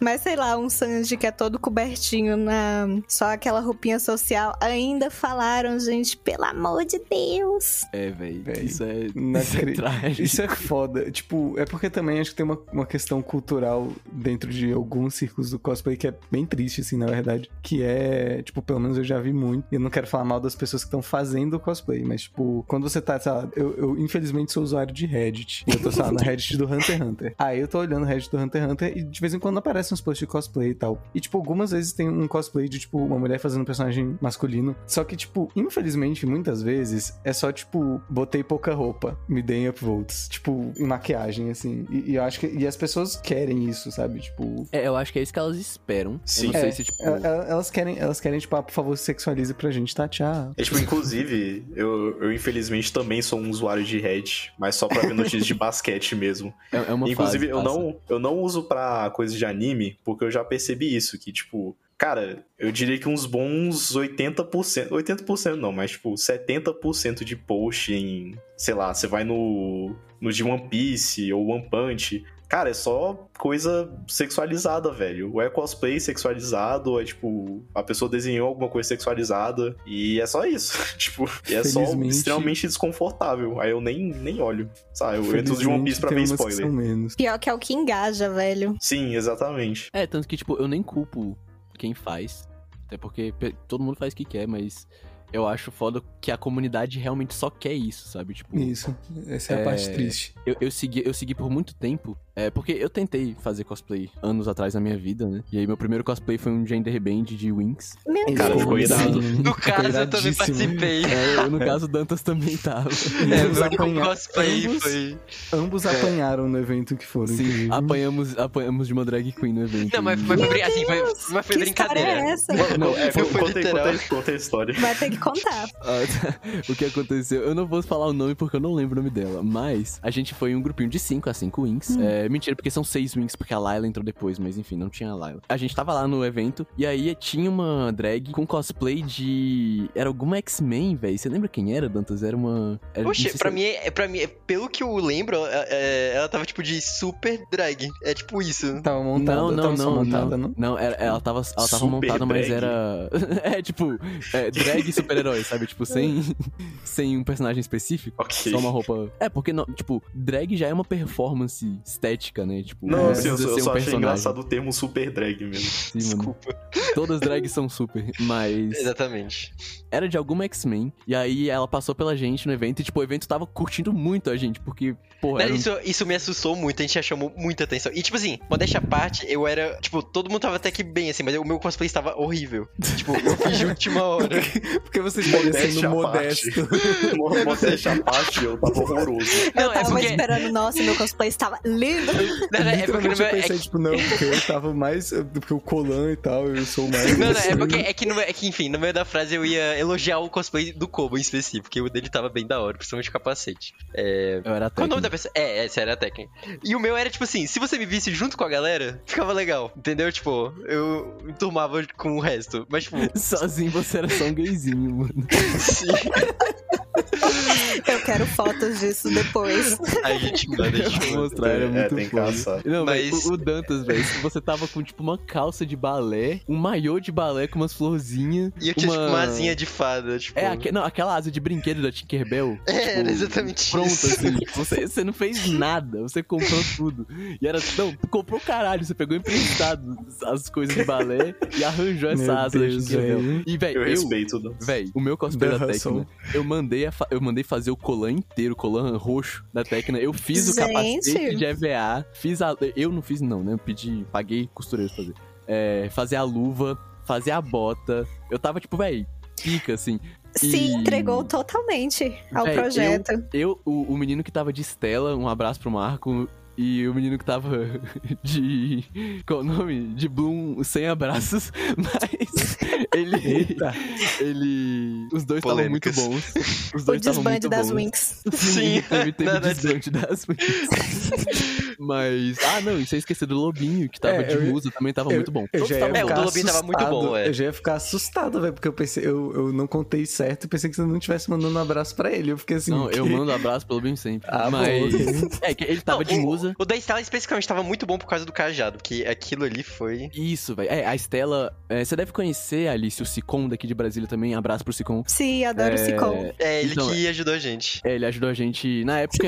Speaker 5: Mas sei lá, um Sanji que é todo cobertinho na só aquela roupinha social. Ainda falaram, gente, pelo amor de Deus.
Speaker 1: é, velho.
Speaker 4: Véi,
Speaker 1: Isso é.
Speaker 4: não
Speaker 1: Isso é
Speaker 4: acredito.
Speaker 1: trágico.
Speaker 4: Isso é foda. Tipo, é porque também acho que tem uma, uma questão cultural dentro de alguns círculos do cosplay que é bem triste, assim, na verdade. Que é, tipo, pelo menos eu já vi muito. E eu não quero falar mal das pessoas que estão fazendo cosplay, mas, tipo, quando você tá, sei lá, eu, eu, infelizmente sou usuário de Reddit. E eu tô, sei lá, no Reddit do Hunter x Hunter. Aí eu tô olhando o Reddit do Hunter x Hunter e de vez em quando aparecem uns posts de cosplay e tal. E, tipo, algumas vezes tem um cosplay de, tipo, uma mulher fazendo um personagem masculino. Só que, tipo, infelizmente, muitas vezes é só, tipo, botei pouca roupa, me deem upvotes. Tipo, em maquiagem, assim. E, e eu acho que. E as pessoas querem isso, sabe? Tipo.
Speaker 1: É, eu acho que é isso que elas esperam.
Speaker 2: Sim.
Speaker 1: Eu não sei
Speaker 4: É,
Speaker 1: se, tipo.
Speaker 4: el- el- Elas querem, elas querem, tipo, ah, por favor, sexualize pra gente, tá? Tchau.
Speaker 2: É tipo, inclusive, eu, eu infelizmente também sou um usuário de Reddit, mas só pra ver notícias de basquete mesmo.
Speaker 1: É, é uma
Speaker 2: Inclusive,
Speaker 1: fase,
Speaker 2: eu
Speaker 1: passa.
Speaker 2: não, eu não uso pra coisa de anime, porque eu já percebi isso, que, tipo, cara, eu diria que uns bons 80%, 80% não, mas, tipo, 70% de post em, sei lá, você vai no, no de One Piece ou One Punch, cara, é só coisa sexualizada, velho. Ou é cosplay sexualizado, ou é, tipo, a pessoa desenhou alguma coisa sexualizada, e é só isso, tipo, e é só
Speaker 4: Felizmente-
Speaker 2: extremamente desconfortável, aí eu nem, nem olho, sabe, É, eu entro de One Piece pra ver
Speaker 4: Felizmente, tem umas que
Speaker 2: spoiler.
Speaker 4: são menos.
Speaker 5: Pior que é o que engaja, velho.
Speaker 2: Sim, exatamente.
Speaker 1: É, tanto que, tipo, eu nem culpo quem faz. Até porque pe- todo mundo faz o que quer, mas eu acho foda que a comunidade realmente só quer isso, sabe? Tipo,
Speaker 4: Isso. Essa é, a
Speaker 1: É.
Speaker 4: parte triste.
Speaker 1: eu, eu segui, eu segui por muito tempo. É, porque eu tentei fazer cosplay anos atrás na minha vida, né? E aí meu primeiro cosplay foi um gender band de Wings.
Speaker 5: Meu
Speaker 2: Cara,
Speaker 5: Deus.
Speaker 2: ficou irado.
Speaker 3: No caso, eu também participei.
Speaker 1: É, eu, no caso, o Dantas também tava.
Speaker 3: É,
Speaker 4: Ambos,
Speaker 3: meu único
Speaker 4: apanha...
Speaker 3: cosplay
Speaker 4: ambos-
Speaker 3: foi.
Speaker 4: ambos
Speaker 2: É.
Speaker 4: apanharam no evento que foram.
Speaker 1: Sim,
Speaker 4: inclusive.
Speaker 1: apanhamos, apanhamos de uma drag queen no evento.
Speaker 3: Não, mas, mas foi, brin- assim, foi, mas foi
Speaker 5: que história
Speaker 3: brincadeira.
Speaker 5: é essa?
Speaker 2: Não, é,
Speaker 3: Foi
Speaker 2: conta, conta,
Speaker 3: literal.
Speaker 2: conta, conta a história.
Speaker 5: Vai ter que contar.
Speaker 1: Ah, tá. o que aconteceu? Eu não vou falar o nome porque eu não lembro o nome dela. Mas a gente foi em um grupinho de 5 a 5 wings. É, mentira, porque são 6 wings, porque a Layla entrou depois, mas enfim, não tinha a Layla. A gente tava lá no evento e aí tinha uma drag com cosplay de. Era alguma X-Men, velho. Você lembra quem era, Dantas? Era uma. Era, não sei
Speaker 3: Poxa,
Speaker 1: se
Speaker 3: pra
Speaker 1: era-
Speaker 3: mim, é, pra mim, é- pelo que eu lembro, ela, é- ela tava tipo de super drag. É tipo isso.
Speaker 4: Tava montada,
Speaker 1: Não, não,
Speaker 4: tava só
Speaker 1: não,
Speaker 4: montada,
Speaker 1: não.
Speaker 4: não?
Speaker 1: Não, era- ela tava, ela tava
Speaker 2: Super
Speaker 1: montada, mas
Speaker 2: drag.
Speaker 1: era. é tipo, é, drag super-herói, sabe? Tipo, sem, sem um personagem específico.
Speaker 2: Ok.
Speaker 1: Só uma roupa. É, porque, não- tipo, drag já é uma performance estética, né? Tipo,
Speaker 2: Não,
Speaker 1: não
Speaker 2: assim, eu,
Speaker 1: precisa
Speaker 2: só- eu
Speaker 1: ser
Speaker 2: só
Speaker 1: um
Speaker 2: achei
Speaker 1: personagem.
Speaker 2: engraçado o termo super drag mesmo.
Speaker 1: Sim, mano. Todas drags são super, mas
Speaker 3: Exatamente.
Speaker 1: era de alguma X-Men. E aí ela passou pela gente no evento e, tipo, o evento tava curtindo muito a gente, porque, porra,
Speaker 3: Cara,
Speaker 1: era um-
Speaker 3: isso, isso me assustou muito, a gente já chamou muita atenção. E, tipo assim, modéstia à parte, eu era. Tipo, todo mundo tava até que bem, assim, mas o meu cosplay estava horrível. Tipo, eu fiz de última hora.
Speaker 4: É Porque você estaria
Speaker 2: Modéstia
Speaker 4: sendo
Speaker 2: à parte.
Speaker 4: modesto.
Speaker 2: Mo- Modéstia à parte, eu tava horroroso.
Speaker 3: Não,
Speaker 5: eu
Speaker 3: é
Speaker 5: tava
Speaker 3: porque.
Speaker 5: esperando, nossa, meu cosplay estava lindo.
Speaker 3: Não, não, é porque no
Speaker 4: Literalmente
Speaker 3: meu.
Speaker 4: eu
Speaker 3: é
Speaker 4: pensei,
Speaker 3: que-
Speaker 4: tipo, não, porque eu tava mais. Porque o Colan e tal, eu sou mais.
Speaker 3: Não, não, é
Speaker 4: assim.
Speaker 3: porque é que, no meu- é que, enfim, no meio da frase eu ia elogiar o cosplay do Kobo em específico, que o dele tava bem da hora, principalmente o capacete. É,
Speaker 1: eu era
Speaker 3: Qual o
Speaker 1: técnica.
Speaker 3: nome da pessoa? É, essa era a técnica. E o meu era tipo assim: se você me visse junto com a galera, ficava legal, entendeu? Tipo, eu turmava com o resto. Mas, tipo,
Speaker 1: Sozinho você era só um gayzinho, mano.
Speaker 3: sim.
Speaker 5: Eu quero fotos disso depois.
Speaker 3: A gente manda, tipo, a gente
Speaker 1: Vou
Speaker 3: manda.
Speaker 1: mostrar, era
Speaker 2: É,
Speaker 1: muito
Speaker 2: tem que
Speaker 1: foda.
Speaker 2: caçar.
Speaker 1: Não, mas
Speaker 3: Mas-
Speaker 1: o, o Dantas, velho, você tava com, tipo, uma calça de balé, um maiô de balé com umas florzinhas.
Speaker 3: E eu tinha,
Speaker 1: uma...
Speaker 3: tipo, uma asinha de fada, tipo...
Speaker 1: É,
Speaker 4: né?
Speaker 1: aque- não, aquela asa de brinquedo da Tinkerbell.
Speaker 3: É, era exatamente
Speaker 1: Pronto,
Speaker 3: isso.
Speaker 1: assim. tipo, Você, você não fez nada, você comprou tudo. E era. Não, tu comprou caralho, você pegou emprestado as coisas de balé e arranjou essa
Speaker 4: Meu
Speaker 1: asa
Speaker 4: Deus,
Speaker 1: da Tinkerbell.
Speaker 4: velho.
Speaker 1: E,
Speaker 2: Eu,
Speaker 1: velho, eu.
Speaker 2: respeito. né?
Speaker 1: Véi, o meu cosplay
Speaker 4: The
Speaker 1: da
Speaker 4: Hustle.
Speaker 1: Tecna, eu mandei, a fa- eu mandei fazer o colan inteiro, o colan roxo da Tecna. Eu fiz o
Speaker 5: Gente!
Speaker 1: capacete de EVA, fiz a. Eu não fiz, não, né? Eu pedi, paguei costureiro pra fazer. É, fazer a luva, fazer a bota. Eu tava, tipo, véi, pica, assim.
Speaker 5: Se
Speaker 1: E-
Speaker 5: entregou totalmente ao
Speaker 1: Véi, eu-
Speaker 5: projeto.
Speaker 1: Eu, o, o menino que tava de Estela, um abraço pro Marco. E o menino que tava de. Qual o nome? De Bloom sem abraços. Mas. Ele. Ele. Os dois estavam muito
Speaker 3: Polêmicas.
Speaker 1: bons. Os
Speaker 5: O
Speaker 1: dois estavam
Speaker 5: desbande
Speaker 1: muito
Speaker 5: das
Speaker 1: bons.
Speaker 5: Winx.
Speaker 3: Sim,
Speaker 1: teve, teve
Speaker 3: nada
Speaker 1: desbande das Winx. Mas. Ah, não, e você esqueceu do Lobinho, que tava
Speaker 4: É,
Speaker 1: de
Speaker 4: eu-
Speaker 1: musa, também tava muito bom.
Speaker 4: Eu já ia
Speaker 3: É, o do
Speaker 4: ficar
Speaker 3: Lobinho tava muito
Speaker 4: assustado,
Speaker 3: bom, é.
Speaker 4: Eu já ia ficar assustado, velho, porque eu pensei, eu, eu não contei certo e pensei que você não tivesse mandando um abraço pra ele. Eu fiquei assim.
Speaker 1: Não, eu
Speaker 4: que-
Speaker 1: mando abraço pelo bem sempre.
Speaker 4: Ah, bom,
Speaker 1: mas.
Speaker 4: ok.
Speaker 1: É, que ele tava
Speaker 3: Não,
Speaker 1: de
Speaker 3: o-
Speaker 1: musa.
Speaker 3: O da Estela especificamente tava muito bom por causa do cajado, que aquilo ali foi.
Speaker 1: Isso, velho. É, a Estela. é, você deve conhecer, Alice, o Sicom daqui de Brasília também. Abraço pro Sicom.
Speaker 5: Sim, adoro
Speaker 1: É,
Speaker 5: esse com.
Speaker 3: É, ele
Speaker 1: Então,
Speaker 3: que ajudou a gente.
Speaker 1: É, ele ajudou a gente. Na época,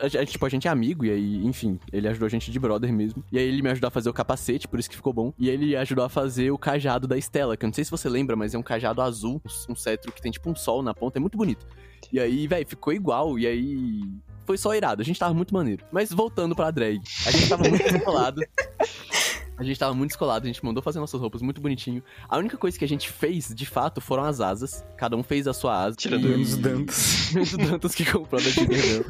Speaker 1: a gente- tipo, a gente é amigo, e aí, enfim, ele ajudou a gente de brother mesmo. E aí ele me ajudou a fazer o capacete, por isso que ficou bom. E ele ajudou a fazer o cajado da Estela, que eu não sei se você lembra, mas é um cajado azul, um cetro que tem tipo um sol na ponta, é muito bonito. E aí, velho, ficou igual, e aí. Foi só irado, a gente tava muito maneiro. Mas voltando pra drag, a gente tava muito descolado. A gente tava muito descolado, a gente mandou fazer nossas roupas muito bonitinho. A única coisa que a gente fez, de fato, foram as asas. Cada um fez a sua asa.
Speaker 3: Tirando
Speaker 1: e-
Speaker 4: Menos Dantas.
Speaker 1: menos o Dantas que comprou da Disney.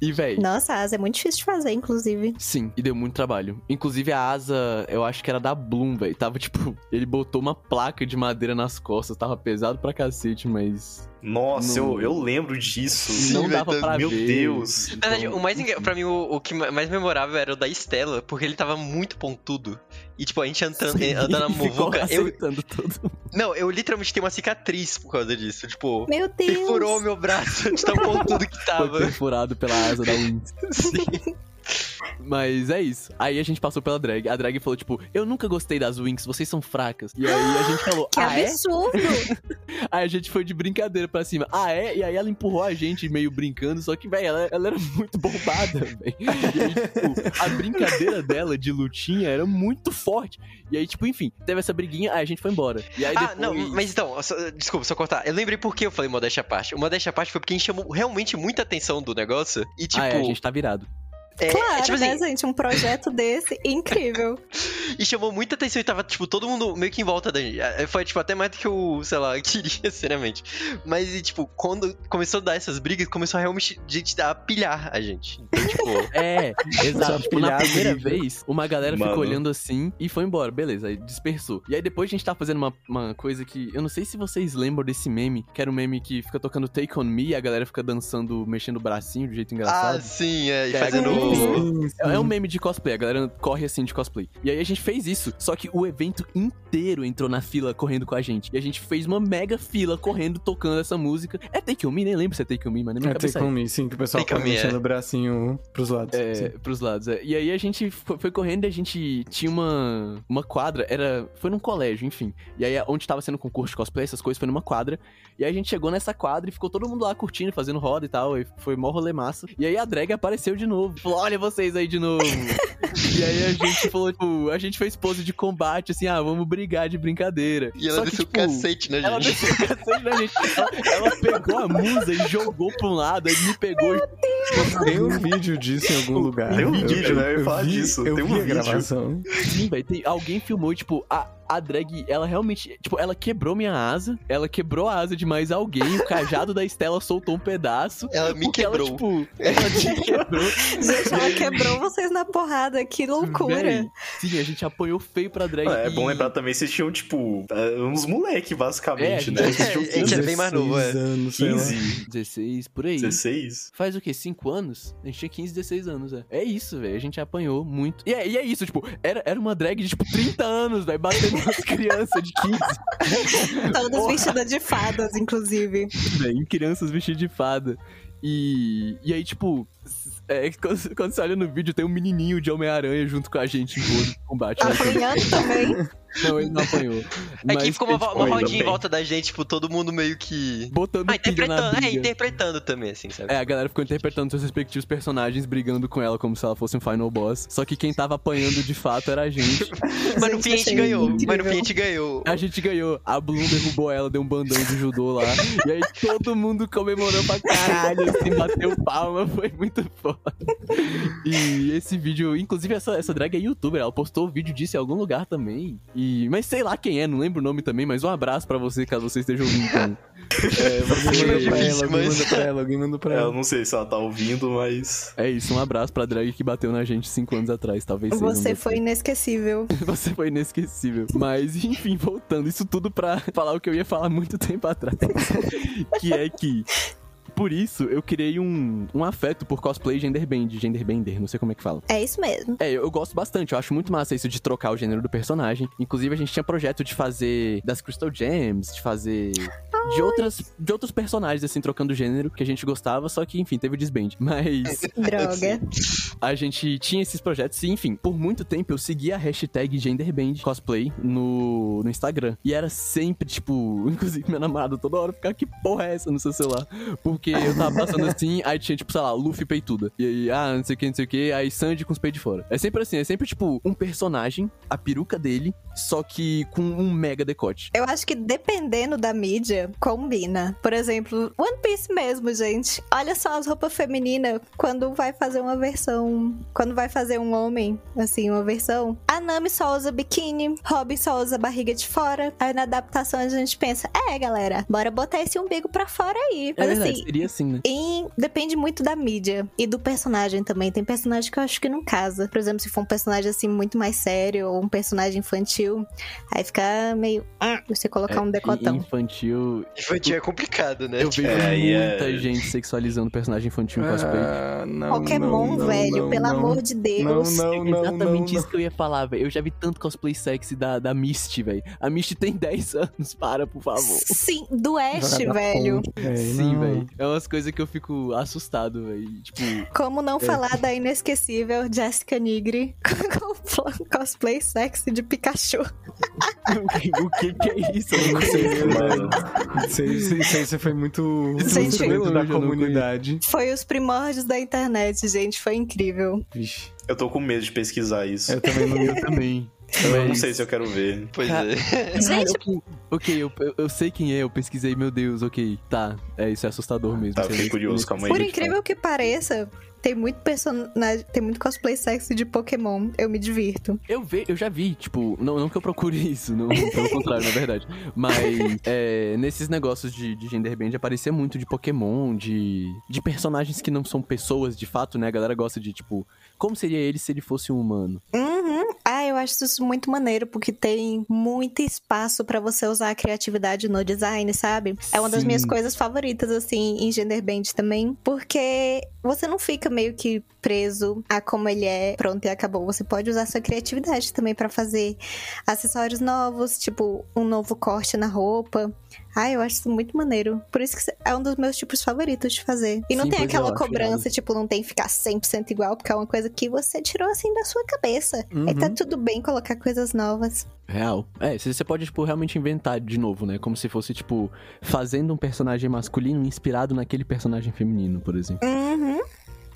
Speaker 1: e, véi,
Speaker 5: Nossa, a asa é muito difícil de fazer, inclusive.
Speaker 1: sim, e deu muito trabalho. Inclusive, a asa, eu acho que era da Bloom, véi. Tava, tipo, ele botou uma placa de madeira nas costas, tava pesado pra cacete, mas
Speaker 2: Nossa,
Speaker 1: Não.
Speaker 2: eu, eu lembro disso.
Speaker 3: Sim,
Speaker 1: não
Speaker 3: véi,
Speaker 1: dava
Speaker 3: tá-
Speaker 1: pra
Speaker 2: meu
Speaker 1: ver.
Speaker 2: Deus.
Speaker 3: Na verdade, o mais engra...
Speaker 1: Então, enfim.
Speaker 3: pra mim, o, o que ma- mais memorável era o da Estela, porque ele tava muito pontudo. E, tipo, a gente andando, andando na
Speaker 1: Ficou
Speaker 3: muvuca. Eu...
Speaker 1: acertando tudo.
Speaker 3: Não, eu literalmente tenho uma cicatriz por causa disso. Tipo,
Speaker 5: Meu Deus!
Speaker 3: perfurou meu braço de tão pontudo que
Speaker 1: Foi
Speaker 3: tava.
Speaker 1: perfurado pela asa da Winx.
Speaker 3: Sim.
Speaker 1: Mas é isso. Aí a gente passou pela drag. A drag falou, tipo, eu nunca gostei das Winx, vocês são fracas. E aí a gente falou,
Speaker 5: Que
Speaker 1: ah, é?
Speaker 5: absurdo!
Speaker 1: Aí a gente foi de brincadeira pra cima. Ah, é? E aí ela empurrou a gente meio brincando, só que, velho, ela, ela era muito bombada, velho. E aí, tipo, a brincadeira dela de lutinha era muito forte. E aí, tipo, enfim, teve essa briguinha, aí a gente foi embora. E aí
Speaker 3: Ah,
Speaker 1: depois...
Speaker 3: não, mas então, só- desculpa, só cortar. Eu lembrei por que eu falei modéstia à parte. O modéstia à parte foi porque a gente chamou realmente muita atenção do negócio. E, tipo,
Speaker 1: Ah, é, a gente tá virado.
Speaker 3: é,
Speaker 5: claro,
Speaker 3: tipo
Speaker 5: né,
Speaker 3: assim,
Speaker 5: gente? Um projeto desse, incrível.
Speaker 3: E chamou muita atenção e tava, tipo, todo mundo meio que em volta da gente. Eh, Foi, tipo, até mais do que eu, sei lá, queria, sinceramente. Mas, e, tipo, quando começou a dar essas brigas, começou a realmente gente a pilhar a gente. Então, tipo,
Speaker 1: É, exato. Tipo, na
Speaker 4: pilhada
Speaker 1: primeira
Speaker 4: horrível.
Speaker 1: vez, uma galera ficou
Speaker 2: Mano.
Speaker 1: olhando assim e foi embora. Beleza, aí dispersou. E aí depois a gente tá fazendo uma, uma coisa que. Eu não sei se vocês lembram desse meme, que era um meme que fica tocando Take On Me e a galera fica dançando, mexendo o bracinho de jeito engraçado.
Speaker 3: ah, sim, é, e
Speaker 1: Pega
Speaker 3: fazendo.
Speaker 1: no-
Speaker 4: Sim, sim.
Speaker 1: É é um meme de cosplay, a galera corre assim de cosplay. E aí a gente fez isso, só que o evento inteiro entrou na fila correndo com a gente. E a gente fez uma mega fila correndo, tocando essa música. É Take On Me, nem lembro se é Take On Me, mas na minha
Speaker 4: É
Speaker 1: cabeça
Speaker 4: take on me, sim, que o pessoal
Speaker 3: Take on
Speaker 4: fica
Speaker 3: me, é.
Speaker 4: mexendo o bracinho pros lados.
Speaker 1: É,
Speaker 4: sim.
Speaker 1: pros lados, é. E aí a gente fo- foi correndo e a gente tinha uma, uma quadra, era... Foi num colégio, enfim. E aí onde tava sendo concurso de cosplay, essas coisas, foi numa quadra. E aí a gente chegou nessa quadra e ficou todo mundo lá curtindo, fazendo roda e tal. E foi mó rolê massa. E aí a drag apareceu de novo. Falou, olha vocês aí de novo. e aí a gente falou, tipo... A gente fez pose de combate, assim, ah, vamos brigar de brincadeira.
Speaker 3: E ela
Speaker 1: Só que,
Speaker 3: desceu o
Speaker 1: tipo,
Speaker 3: cacete, né,
Speaker 1: ela
Speaker 3: gente?
Speaker 1: desceu o cacete na gente. Ela, ela pegou a musa e jogou pra um lado, aí me pegou e
Speaker 4: Tem um vídeo disso em algum lugar.
Speaker 2: Tem um
Speaker 4: Eu-
Speaker 2: vídeo,
Speaker 4: eu-
Speaker 2: né? Eu ia
Speaker 4: eu
Speaker 2: falar
Speaker 4: vi-
Speaker 2: disso.
Speaker 4: Eu
Speaker 2: Tem um
Speaker 4: vi a
Speaker 2: vídeo.
Speaker 4: gravação.
Speaker 1: Sim, velho. tem- Alguém filmou, tipo, a, a drag, ela realmente. Tipo, ela quebrou minha asa, ela quebrou a asa de mais alguém, o cajado da Estela soltou um pedaço.
Speaker 3: Ela me
Speaker 1: porque
Speaker 3: quebrou.
Speaker 1: Ela, tipo, ela te quebrou.
Speaker 5: Gente, ela quebrou vocês na porrada, que loucura!
Speaker 1: Véi, sim, a gente apanhou feio pra drag.
Speaker 2: Ah, É
Speaker 1: e-
Speaker 2: bom lembrar também, vocês tinham, tipo, eh, uns moleque,
Speaker 1: É, a
Speaker 2: basicamente,
Speaker 1: gente-
Speaker 2: né? Vocês
Speaker 3: é,
Speaker 2: tinham
Speaker 3: a gente era bem mais novo, é.
Speaker 4: 16 anos, sei lá.
Speaker 2: 15,
Speaker 1: 16, por aí.
Speaker 2: 16.
Speaker 1: Faz o quê? 5 5 anos? A gente tinha 15, 16 anos, é. É isso, velho. A gente apanhou muito. E é, e é isso, tipo, era, era uma drag de, tipo, 30 anos, velho, batendo nas crianças de 15.
Speaker 5: Todas
Speaker 1: Porra.
Speaker 5: vestidas de fadas, inclusive.
Speaker 1: né, em crianças vestidas de fada. E, e aí, tipo, é, quando, quando você olha no vídeo, tem um menininho de Homem-Aranha junto com a gente em todo o combate. né?
Speaker 5: Apanhando também.
Speaker 1: Não, ele não apanhou.
Speaker 3: É
Speaker 1: Mas
Speaker 3: que ficou uma,
Speaker 1: tem,
Speaker 3: vo-
Speaker 1: tipo,
Speaker 3: uma
Speaker 2: ainda
Speaker 3: rodinha em
Speaker 2: bem.
Speaker 3: volta da gente, tipo, todo mundo meio que.
Speaker 1: Botando
Speaker 3: Ah,
Speaker 1: pilha na
Speaker 3: interpretando, é,
Speaker 1: briga.
Speaker 3: interpretando também, assim, sabe?
Speaker 1: É, a galera ficou interpretando seus respectivos personagens, brigando com ela como se ela fosse um final boss. Só que quem tava apanhando de fato era a gente.
Speaker 3: Mas no
Speaker 5: Gente,
Speaker 3: fim a gente
Speaker 5: achei
Speaker 3: ganhou. Mas no fim a
Speaker 5: incrível.
Speaker 3: gente ganhou.
Speaker 1: A gente ganhou. A Bloom derrubou ela, deu um bandão de judô lá. E aí todo mundo comemorou pra caralho, assim, bateu palma, foi muito foda. E esse vídeo, inclusive essa, essa drag é youtuber, ela postou o vídeo disso em algum lugar também. E, mas sei lá quem é, não lembro o nome também, mas um abraço pra você, caso você esteja ouvindo. também. É, você-
Speaker 4: Alguém
Speaker 3: Foi
Speaker 4: manda pra ela,
Speaker 3: difícil,
Speaker 4: alguém
Speaker 3: mas-
Speaker 4: manda pra ela, alguém manda pra
Speaker 2: Eu
Speaker 4: ela.
Speaker 2: não sei se ela tá ouvindo, mas.
Speaker 1: É isso, um abraço pra drag que bateu na gente cinco anos atrás, talvez seja. um
Speaker 5: Você foi inesquecível.
Speaker 1: Você foi inesquecível. Mas, enfim, voltando, isso tudo pra falar o que eu ia falar muito tempo atrás. que é que. Por isso, eu criei um, um afeto por cosplay genderbend, genderbender, não sei como é que fala.
Speaker 5: É isso mesmo.
Speaker 1: É, eu, eu gosto bastante, eu acho muito massa isso de trocar o gênero do personagem. Inclusive, a gente tinha projeto de fazer das Crystal Gems, de fazer de, outras, de outros personagens, assim, trocando o gênero, que a gente gostava, só que, enfim, teve o desband. Mas
Speaker 5: Droga.
Speaker 1: a gente tinha esses projetos e, enfim, por muito tempo eu seguia a hashtag genderband cosplay no, no Instagram. E era sempre, tipo, inclusive minha namorada toda hora ficava, que porra é essa no seu celular? Porque eu tava passando assim, aí tinha, tipo, sei lá, Luffy peituda. E aí, ah, não sei o que, não sei o que, aí Sandy com os peitos de fora. É sempre assim, é sempre, tipo, um personagem, a peruca dele, só que com um mega decote.
Speaker 5: Eu acho que dependendo da mídia, combina. Por exemplo, One Piece mesmo, gente. Olha só as roupas femininas quando vai fazer uma versão. Quando vai fazer um homem, assim, uma versão. A Nami só usa biquíni, Robin só usa barriga de fora. Aí na adaptação a gente pensa: é, galera, bora botar esse umbigo pra fora aí.
Speaker 1: É
Speaker 5: Mas
Speaker 1: verdade,
Speaker 5: assim,
Speaker 1: seria assim, né?
Speaker 5: E depende muito da mídia e do personagem também. Tem personagem que eu acho que não casa. Por exemplo, se for um personagem assim muito mais sério ou um personagem infantil, aí fica meio. "Ah", Você colocar
Speaker 4: É,
Speaker 5: um decotão.
Speaker 1: É, E
Speaker 4: então,
Speaker 1: Infantil.
Speaker 3: Infantil é complicado, né?
Speaker 1: Eu
Speaker 3: Tipo,
Speaker 1: vejo
Speaker 2: É, e é-
Speaker 1: muita gente sexualizando personagem infantil em cosplay.
Speaker 4: Ah, não,
Speaker 5: Pokémon,
Speaker 4: não, não,
Speaker 5: velho,
Speaker 4: não,
Speaker 5: pelo
Speaker 4: não.
Speaker 5: amor de
Speaker 4: Não,
Speaker 5: Deus.
Speaker 4: não,
Speaker 1: É
Speaker 4: não,
Speaker 1: exatamente
Speaker 4: não,
Speaker 1: isso que eu ia falar, velho. Eu já vi tanto cosplay sexy da, da Misty, velho. A Misty tem 10 anos, para, por favor.
Speaker 5: Sim, do Oeste,
Speaker 4: Joga da
Speaker 5: velho.
Speaker 4: ponte, velho,
Speaker 1: Sim,
Speaker 4: não.
Speaker 1: velho. É umas coisas que eu fico assustado, velho. Tipo,
Speaker 5: Como
Speaker 4: É.
Speaker 5: não falar da inesquecível Jessica Nigri com cosplay sexy de Pikachu?
Speaker 1: o que, o que que é isso? Eu não
Speaker 4: Não
Speaker 1: sei.
Speaker 4: sei,
Speaker 2: Mano,
Speaker 4: Isso aí, isso aí- isso aí você foi muito
Speaker 5: Gente,
Speaker 4: muito dentro
Speaker 1: eu
Speaker 4: da
Speaker 1: já não
Speaker 4: comunidade.
Speaker 5: Foi os primórdios da internet, gente. Foi incrível.
Speaker 4: Vixe,
Speaker 2: eu tô com medo de pesquisar isso.
Speaker 1: É
Speaker 4: eu também não
Speaker 1: Eu também.
Speaker 2: Eu não
Speaker 1: Mas-
Speaker 2: sei se eu quero ver.
Speaker 3: Pois é.
Speaker 1: Cara,
Speaker 5: Gente,
Speaker 1: eu- ok, eu, eu, eu sei quem é, eu pesquisei, meu Deus, ok. Tá, é isso, é assustador mesmo.
Speaker 2: Tá,
Speaker 1: Sei
Speaker 2: fiquei
Speaker 1: lá.
Speaker 2: curioso, calma aí.
Speaker 5: Por incrível que pareça, tem muito personagem, tem muito cosplay sexy de Pokémon. Eu me divirto.
Speaker 1: Eu, ve, eu já vi, tipo, não, não que eu procure isso, não, pelo contrário, na verdade. Mas é, nesses negócios de, de genderbend aparecia muito de Pokémon, de, de personagens que não são pessoas de fato, né? A galera gosta de, tipo, como seria ele se ele fosse um humano?
Speaker 5: Uhum. Ah, eu acho isso muito maneiro porque tem muito espaço pra você usar a criatividade no design, sabe? É uma das
Speaker 1: Sim.
Speaker 5: minhas coisas favoritas assim em genderbend também, porque você não fica meio que preso a como ele é, pronto e acabou. Você pode usar sua criatividade também pra fazer acessórios novos, tipo um novo corte na roupa. Ah, eu acho isso muito maneiro. Por isso que é um dos meus tipos favoritos de fazer. E não
Speaker 1: Sim,
Speaker 5: tem
Speaker 1: pois é, eu
Speaker 5: aquela
Speaker 1: acho
Speaker 5: cobrança, tipo, não tem que ficar 100% igual, porque é uma coisa que você tirou assim da sua cabeça. Aí
Speaker 1: Uhum.
Speaker 5: tá tudo bem colocar coisas novas.
Speaker 1: Real. É, você você pode, tipo, realmente inventar de novo, né? Como se fosse, tipo, fazendo um personagem masculino inspirado naquele personagem feminino, por exemplo.
Speaker 5: Uhum.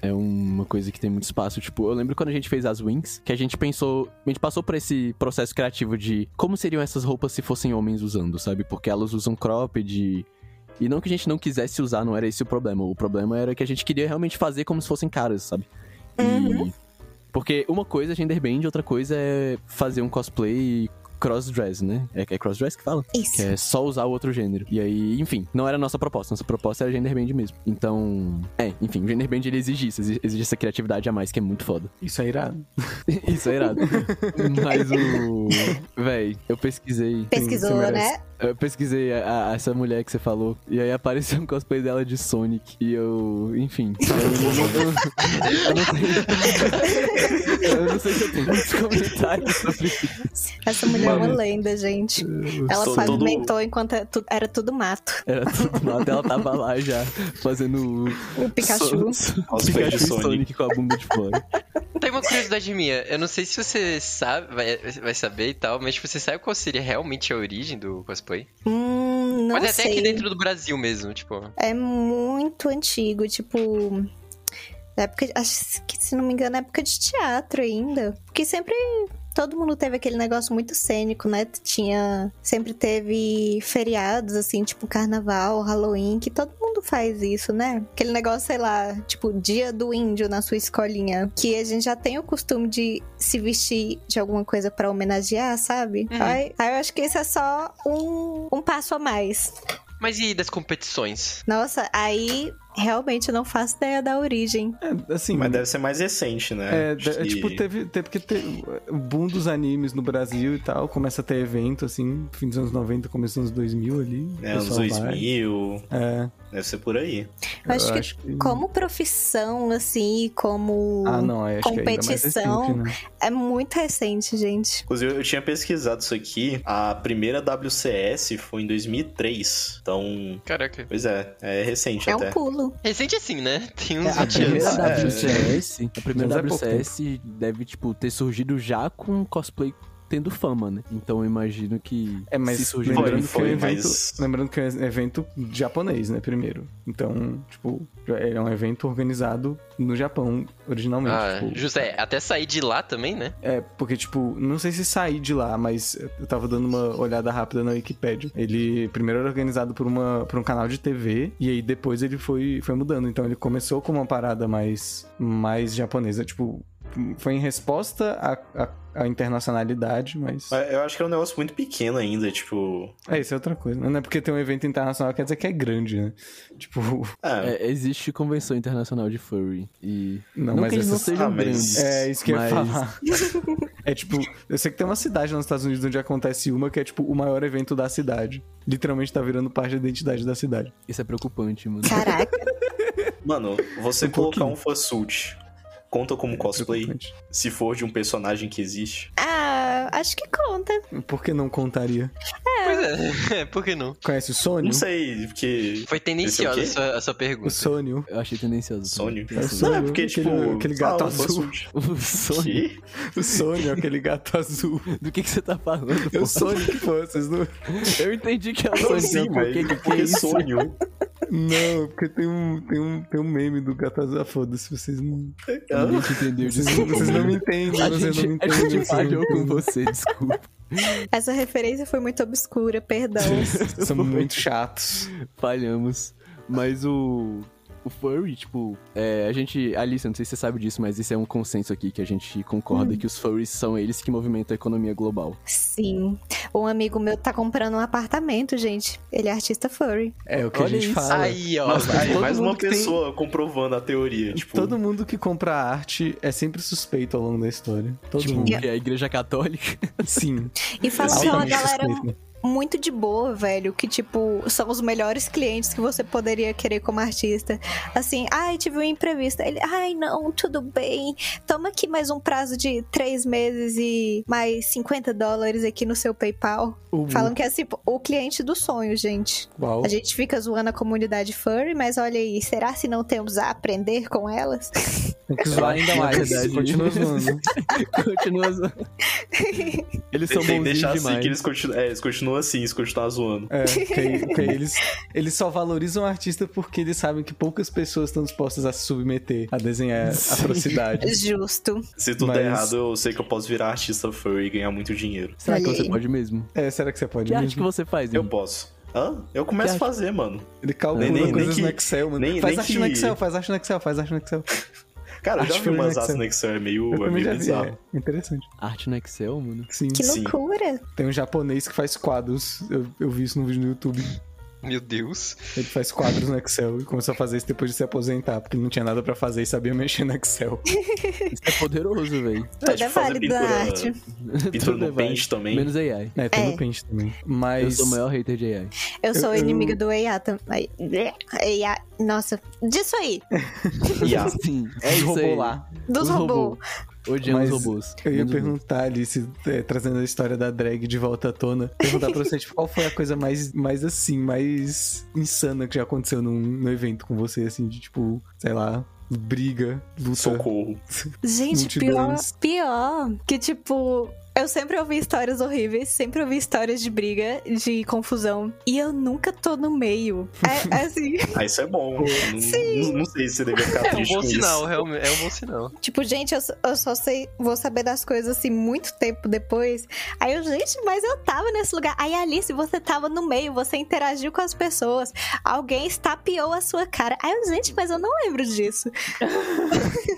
Speaker 1: É uma coisa que tem muito espaço. Tipo, eu lembro quando a gente fez as Wings, que a gente pensou. A gente passou por esse processo criativo de como seriam essas roupas se fossem homens usando, sabe? Porque elas usam cropped. E não que a gente não quisesse usar, não era esse o problema. O problema era que a gente queria realmente fazer como se fossem caras, sabe? E- Porque uma coisa é genderbend, outra coisa é fazer um cosplay crossdress, né? É, é crossdress que fala?
Speaker 5: Isso.
Speaker 1: Que é só usar o outro gênero. E aí, enfim, não era a nossa proposta. Nossa proposta era gender band mesmo. Então, é, enfim, o gender band ele exige isso. exi- Exige essa criatividade a mais, que é muito foda.
Speaker 4: Isso é irado.
Speaker 1: Isso é irado. Mas o... Véi, eu pesquisei...
Speaker 5: Pesquisou,
Speaker 4: merece.
Speaker 5: né?
Speaker 1: Eu pesquisei a- a- essa mulher que você falou. E aí apareceu um cosplay dela de Sonic. E eu... Enfim. Eu, eu não sei... Eu não sei se eu tenho muitos comentários sobre isso.
Speaker 5: Essa mulher é uma
Speaker 4: Mano.
Speaker 5: lenda, gente. Ela
Speaker 2: sou
Speaker 5: só
Speaker 2: todo-
Speaker 5: alimentou enquanto é tu- era tudo mato.
Speaker 1: Era tudo mato. Ela tava lá já fazendo... o-
Speaker 5: O Pikachu.
Speaker 1: So-
Speaker 2: Cosplay
Speaker 1: Pikachu
Speaker 2: de
Speaker 1: e
Speaker 2: Sonic.
Speaker 1: Sonic com a bunda de fora.
Speaker 3: Tem uma curiosidade minha, eu não sei se você sabe, vai, vai saber e tal, mas tipo, você sabe qual seria realmente a origem do cosplay?
Speaker 5: Hum, não
Speaker 3: Mas é até
Speaker 5: sei.
Speaker 3: aqui dentro do Brasil mesmo, tipo.
Speaker 5: É muito antigo, tipo. Da época. de- Acho que, se não me engano, é época de teatro ainda. Porque sempre. Todo mundo teve aquele negócio muito cênico, né? Tinha. Sempre teve feriados, assim, tipo carnaval, Halloween, que todo mundo faz isso, né? Aquele negócio, sei lá, tipo, dia do índio na sua escolinha. Que a gente já tem o costume de se vestir de alguma coisa pra homenagear, sabe?
Speaker 3: Uhum.
Speaker 5: Aí, aí eu acho que isso é só um, um passo a mais.
Speaker 3: Mas e das competições?
Speaker 5: Nossa, aí realmente eu não faço ideia da origem.
Speaker 4: É, assim,
Speaker 2: Mas deve ser mais recente, né?
Speaker 4: É, de- é,
Speaker 2: Acho
Speaker 4: tipo,
Speaker 2: que-
Speaker 4: teve, teve porque teve o boom dos animes no Brasil e tal, começa a ter evento, assim, fim dos anos 90, começo dos anos 2000 ali. o
Speaker 2: É, anos
Speaker 4: pessoal vai.
Speaker 2: 2000,
Speaker 4: É,
Speaker 2: deve ser por aí.
Speaker 5: Eu acho que
Speaker 4: que-
Speaker 5: como profissão, assim, como.
Speaker 4: Ah, não, é, acho
Speaker 5: competição.
Speaker 4: que é ainda mais recente, né?
Speaker 5: É muito recente, gente.
Speaker 2: Inclusive, eu tinha pesquisado isso aqui. A primeira WCS foi em 2003. Então,
Speaker 3: Caraca.
Speaker 2: pois é, é recente
Speaker 5: É
Speaker 2: até.
Speaker 5: um pulo.
Speaker 3: Recente assim, né? Tem
Speaker 1: É,
Speaker 3: uns
Speaker 1: a
Speaker 3: 20
Speaker 1: primeira
Speaker 3: anos.
Speaker 2: É.
Speaker 1: WCS, a primeira
Speaker 4: Mas é pouco
Speaker 1: WCS deve, tipo, ter surgido já com cosplay tendo fama, né? Então eu imagino que
Speaker 4: É,
Speaker 1: se
Speaker 4: mas
Speaker 1: surgiu
Speaker 4: lembrando,
Speaker 1: bem,
Speaker 4: que é um
Speaker 2: foi,
Speaker 4: evento,
Speaker 2: mas-
Speaker 4: lembrando que é um evento japonês, né, primeiro. Então, tipo, é um evento organizado no Japão, originalmente.
Speaker 3: Ah,
Speaker 4: tipo,
Speaker 3: José, até sair de lá também, né?
Speaker 4: É, porque, tipo, não sei se saí de lá, mas eu tava dando uma olhada rápida na Wikipédia. Ele primeiro era organizado por, uma, por um canal de TV, e aí depois ele foi, foi mudando. Então ele começou com uma parada mais, mais japonesa, tipo, foi em resposta à, à, à internacionalidade, mas...
Speaker 2: Mas Eu acho que é um negócio muito pequeno ainda, tipo.
Speaker 4: É, isso é outra coisa. né? Não é porque tem um evento internacional quer dizer que é grande, né? Tipo,
Speaker 2: É,
Speaker 1: É, existe convenção internacional de furry. E.
Speaker 4: não,
Speaker 1: Não,
Speaker 4: mas...
Speaker 1: que eles não
Speaker 4: essas-
Speaker 1: sejam
Speaker 2: Ah, mas-
Speaker 1: grandes.
Speaker 4: É, isso que eu ia
Speaker 1: mas-
Speaker 4: falar. É tipo, eu sei que tem uma cidade nos Estados Unidos onde acontece uma que é tipo o maior evento da cidade. Literalmente tá virando parte da identidade da cidade.
Speaker 1: Isso é preocupante, mano.
Speaker 5: Caraca,
Speaker 2: Mano, você
Speaker 4: Um
Speaker 2: colocar
Speaker 4: pouquinho. É,
Speaker 2: um fursuit conta como cosplay
Speaker 4: Preocupante.
Speaker 2: se for de um personagem que existe.
Speaker 5: ah, acho que conta.
Speaker 4: Por que não contaria?
Speaker 3: Pois é, por que não?
Speaker 4: Conhece o Sônio?
Speaker 2: Não sei, porque.
Speaker 3: Foi
Speaker 2: Esse
Speaker 3: tendenciosa
Speaker 2: é
Speaker 3: a
Speaker 2: o quê?
Speaker 3: sua, a sua pergunta.
Speaker 4: O Sônio.
Speaker 1: Eu achei tendencioso.
Speaker 2: Sônio.
Speaker 4: É o
Speaker 2: Não,
Speaker 4: Sônio,
Speaker 2: é porque,
Speaker 4: aquele-
Speaker 2: tipo.
Speaker 4: aquele gato
Speaker 2: ah, um
Speaker 4: azul.
Speaker 2: fursuit.
Speaker 1: O Sônio?
Speaker 2: Que?
Speaker 4: O Sônio, aquele gato azul.
Speaker 1: Do que, que você tá falando?
Speaker 4: É
Speaker 1: pô?
Speaker 4: o Sônio que foi, vocês não.
Speaker 1: Eu entendi que é o
Speaker 2: Não,
Speaker 1: Sônio.
Speaker 4: né?
Speaker 1: mas
Speaker 2: sim,
Speaker 1: por que
Speaker 2: mas
Speaker 1: que, que é
Speaker 2: porque
Speaker 1: isso?
Speaker 2: sonho.
Speaker 4: Não, porque tem um, tem um, tem um meme do gato azul. Ah, foda-se, vocês não.
Speaker 1: A
Speaker 4: Uhum.
Speaker 1: gente entendeu,
Speaker 4: Vocês,
Speaker 1: desculpa.
Speaker 4: vocês não
Speaker 1: mano.
Speaker 4: me entendem,
Speaker 1: A
Speaker 4: vocês não me
Speaker 1: gente, a gente
Speaker 4: entendem. vocês não me
Speaker 1: falhou com
Speaker 4: entendem.
Speaker 1: você, desculpa.
Speaker 5: Essa referência foi muito obscura, perdão.
Speaker 4: São muito chatos.
Speaker 1: falhamos. Mas o. O furry, tipo, é, a gente. Alice, eu não sei se você sabe disso, mas isso é um consenso aqui que a gente
Speaker 4: Hum.
Speaker 1: concorda que os furries são eles que movimentam a economia global.
Speaker 5: Sim. Um amigo meu tá comprando um apartamento, gente. Ele é artista furry.
Speaker 4: É o que
Speaker 1: Olha
Speaker 4: a gente
Speaker 1: isso.
Speaker 2: Ah,
Speaker 4: fala.
Speaker 3: Aí, ó.
Speaker 4: Nossa,
Speaker 2: Aí,
Speaker 4: Todo
Speaker 2: mais uma
Speaker 4: mundo que tem-
Speaker 2: pessoa comprovando a teoria. Tipo,
Speaker 4: Todo mundo que compra arte é sempre suspeito ao longo da história. Todo
Speaker 1: Tipo,
Speaker 4: mundo.
Speaker 1: que é a igreja católica.
Speaker 4: Sim.
Speaker 5: E fala que é uma
Speaker 4: altamente
Speaker 5: galera
Speaker 4: suspeito, né?
Speaker 5: muito de boa, velho, que tipo, são os melhores clientes que você poderia querer como artista. Assim, ai, tive uma imprevista. Ele, ai, não, tudo bem. Toma aqui mais um prazo de três meses e mais 50 dólares aqui no seu PayPal.
Speaker 4: O-
Speaker 5: Falam que é assim, o cliente do sonho, gente.
Speaker 4: Uau.
Speaker 5: A gente fica zoando a comunidade furry, mas olha aí, será se não temos a aprender com elas?
Speaker 4: Tem que zoar ainda
Speaker 1: Na
Speaker 4: mais. né?
Speaker 1: verdade-
Speaker 4: Continua zoando.
Speaker 1: Continua. zoando. Eles são
Speaker 2: Tentei
Speaker 1: bonzinhos
Speaker 2: deixar
Speaker 1: demais.
Speaker 2: assim que eles continuam. É, eles continuam assim, eles continuam zoando.
Speaker 4: É, porque aí- porque aí eles, eles só valorizam o artista porque eles sabem que poucas pessoas estão dispostas a se submeter a desenhar
Speaker 1: Sim.
Speaker 4: atrocidades.
Speaker 5: Justo.
Speaker 2: Se tudo
Speaker 4: Mas-
Speaker 2: der errado, eu sei que eu posso virar artista furry e ganhar muito dinheiro.
Speaker 1: Será que
Speaker 5: Olha
Speaker 1: você
Speaker 5: aí.
Speaker 1: pode mesmo?
Speaker 4: É, será que você pode
Speaker 1: Que arte que
Speaker 4: mesmo?
Speaker 1: você faz,
Speaker 2: Eu
Speaker 1: hein?
Speaker 2: posso. Hã? Eu começo a
Speaker 1: Que
Speaker 2: fazer, mano.
Speaker 4: Ele calcula
Speaker 2: Nem- nem- nem
Speaker 4: coisas
Speaker 2: que-
Speaker 4: no Excel, mano.
Speaker 2: nem-
Speaker 4: faz
Speaker 2: nem
Speaker 4: arte
Speaker 2: que-
Speaker 4: no Excel, faz arte no Excel, faz arte no Excel.
Speaker 2: Cara, eu já
Speaker 4: Acho
Speaker 2: vi umas
Speaker 4: que
Speaker 2: artes
Speaker 4: foi
Speaker 2: no
Speaker 4: no
Speaker 2: Excel, é
Speaker 4: Eu
Speaker 2: meio, é
Speaker 4: também
Speaker 2: meio
Speaker 4: já vi,
Speaker 2: bizarro.
Speaker 4: é interessante.
Speaker 1: Arte no Excel, mano.
Speaker 4: Sim.
Speaker 5: Que
Speaker 2: Sim.
Speaker 5: loucura!
Speaker 4: Tem um japonês que faz quadros. Eu, eu vi isso no vídeo no YouTube.
Speaker 3: Meu Deus.
Speaker 4: Ele faz quadros no Excel e começou a fazer isso depois de se aposentar, porque ele não tinha nada pra fazer e sabia mexer no Excel.
Speaker 1: Isso é poderoso, velho.
Speaker 5: Tudo é
Speaker 2: tipo, fazer
Speaker 5: válido na arte.
Speaker 2: Pintura
Speaker 1: Tudo é
Speaker 2: no Paint
Speaker 1: válido.
Speaker 2: também.
Speaker 1: Menos AI.
Speaker 4: É, tem
Speaker 5: É.
Speaker 4: no Paint também.
Speaker 1: Eu
Speaker 4: Mas.
Speaker 1: sou o maior hater de AI.
Speaker 5: Eu sou
Speaker 4: eu-
Speaker 5: inimiga do EIA também. EIA, nossa, disso aí,
Speaker 2: IA.
Speaker 1: Sim,
Speaker 4: É
Speaker 1: isso aí.
Speaker 4: lá.
Speaker 5: dos
Speaker 1: Os
Speaker 5: robôs.
Speaker 1: Odiamos
Speaker 4: Mas
Speaker 1: é robôs.
Speaker 4: Eu ia
Speaker 1: Menos um. robôs.
Speaker 4: perguntar ali, se, é, trazendo a história da drag de volta à tona, perguntar pra você, tipo, qual foi a coisa mais, mais assim, mais insana que já aconteceu num, num evento com você, assim, de tipo, sei lá, briga, luta.
Speaker 2: Socorro.
Speaker 5: Gente, pior,
Speaker 4: Multidões.
Speaker 5: pior que tipo. Eu sempre ouvi histórias horríveis, sempre ouvi histórias de briga, de confusão. E eu nunca tô no meio. É é assim,
Speaker 2: Ah, isso é bom. Não, não- não sei se você deve ficar
Speaker 3: É um
Speaker 2: Tá triste
Speaker 3: bom
Speaker 2: com
Speaker 3: sinal,
Speaker 2: isso.
Speaker 3: realmente. É um bom sinal.
Speaker 5: tipo, gente, eu, só- eu só sei, vou saber das coisas assim muito tempo depois. Aí eu, gente, mas eu tava nesse lugar. Aí, Alice, você tava no meio, você interagiu com as pessoas. Alguém estapeou a sua cara. Aí eu, gente, mas eu não lembro disso.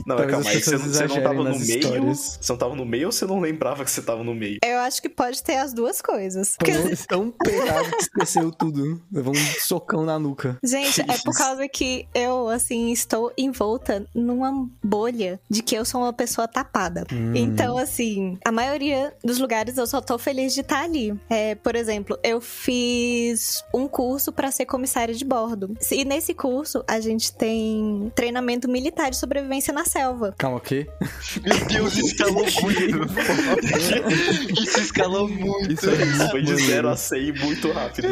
Speaker 2: Não,
Speaker 4: Talvez
Speaker 2: calma
Speaker 4: as
Speaker 2: aí. Você,
Speaker 4: pessoas
Speaker 2: você não
Speaker 4: exagerem
Speaker 2: tava no
Speaker 4: nas
Speaker 2: meio?
Speaker 4: histórias.
Speaker 2: Você não tava no meio ou você não lembrava que você tava no meio?
Speaker 5: Eu acho que pode ter as duas coisas. Porque
Speaker 4: Tomou tão pegado que esqueceu tudo. Levou um socão na nuca.
Speaker 5: Gente, é por causa que eu, assim, estou envolta numa bolha de que eu sou uma pessoa tapada.
Speaker 4: Hum. Uhum.
Speaker 5: Então, assim, a maioria dos lugares eu só tô feliz de estar ali. É, por exemplo, eu fiz um curso pra ser comissária de bordo. E nesse curso a gente tem treinamento militar de sobrevivência na selva.
Speaker 4: Calma, o quê?
Speaker 3: Meu Deus, escalou muito. Isso escalou muito.
Speaker 1: Isso é
Speaker 2: Foi de zero a 100 muito rápido.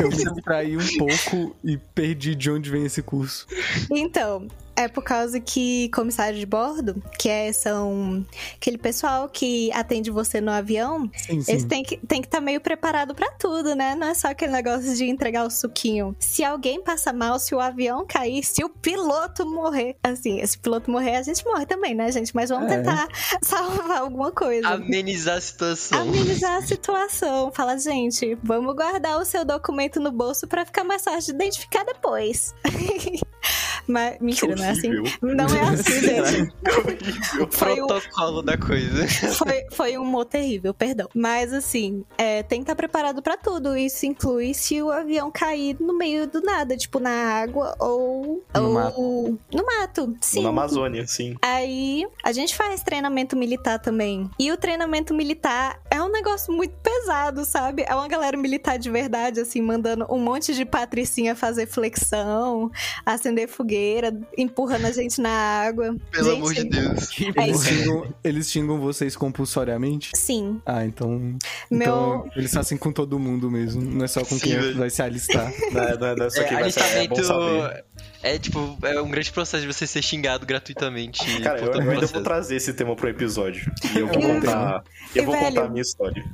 Speaker 4: Eu me distraí um pouco e perdi de onde vem esse curso.
Speaker 5: Então, é por causa que comissário de bordo, que é, são aquele pessoal que atende você no avião,
Speaker 4: Sim, sim.
Speaker 5: Eles têm que estar que tá meio preparado pra tudo, né? Não é só aquele negócio de entregar o suquinho. Se alguém passa mal, se o avião cair, se o piloto morrer. Assim, se o piloto morrer, a gente morre também, né, gente? Mas vamos
Speaker 4: É.
Speaker 5: tentar salvar alguma coisa.
Speaker 3: Amenizar a situação.
Speaker 5: Amenizar a situação. Fala, gente, vamos guardar o seu documento no bolso pra ficar mais fácil de identificar depois. Mas, mentira, não é assim.
Speaker 2: Horrível.
Speaker 5: Não é assim, gente.
Speaker 2: Horrível.
Speaker 5: Foi assim. o
Speaker 3: Protocolo da coisa.
Speaker 5: Foi, foi um humor terrível, perdão. Mas assim, é, tem que estar preparado pra tudo. Isso inclui se o avião cair no meio do nada, tipo na água ou.
Speaker 4: No
Speaker 5: ou-
Speaker 4: mato.
Speaker 5: No mato, sim.
Speaker 2: Na Amazônia, sim.
Speaker 5: Aí a gente faz treinamento militar também. E o treinamento militar é um negócio muito pesado, sabe? É uma galera militar de verdade, assim, mandando um monte de patricinha fazer flexão, acender fogueira, empurrando a gente na água.
Speaker 3: Pelo
Speaker 5: Gente,
Speaker 3: amor de Deus.
Speaker 5: É
Speaker 4: Eles
Speaker 5: isso.
Speaker 4: xingam, eles xingam vocês compulsoriamente?
Speaker 5: Sim.
Speaker 4: Ah, então.
Speaker 5: Meu.
Speaker 4: então eles fazem com todo mundo mesmo. Não é só com
Speaker 3: Sim,
Speaker 4: quem
Speaker 3: velho.
Speaker 4: vai se alistar.
Speaker 2: Não, é- não, é- não é só
Speaker 3: É,
Speaker 2: quem vai saber, é bom saber.
Speaker 3: alistamento é tipo, é um grande processo de você ser xingado gratuitamente.
Speaker 2: Cara,
Speaker 3: por
Speaker 2: eu,
Speaker 3: todo
Speaker 2: eu ainda
Speaker 3: processo.
Speaker 2: vou trazer esse tema pro episódio. E eu vou
Speaker 5: E-
Speaker 2: contar. Eu
Speaker 5: e,
Speaker 2: vou contar a
Speaker 5: velho,
Speaker 2: minha história.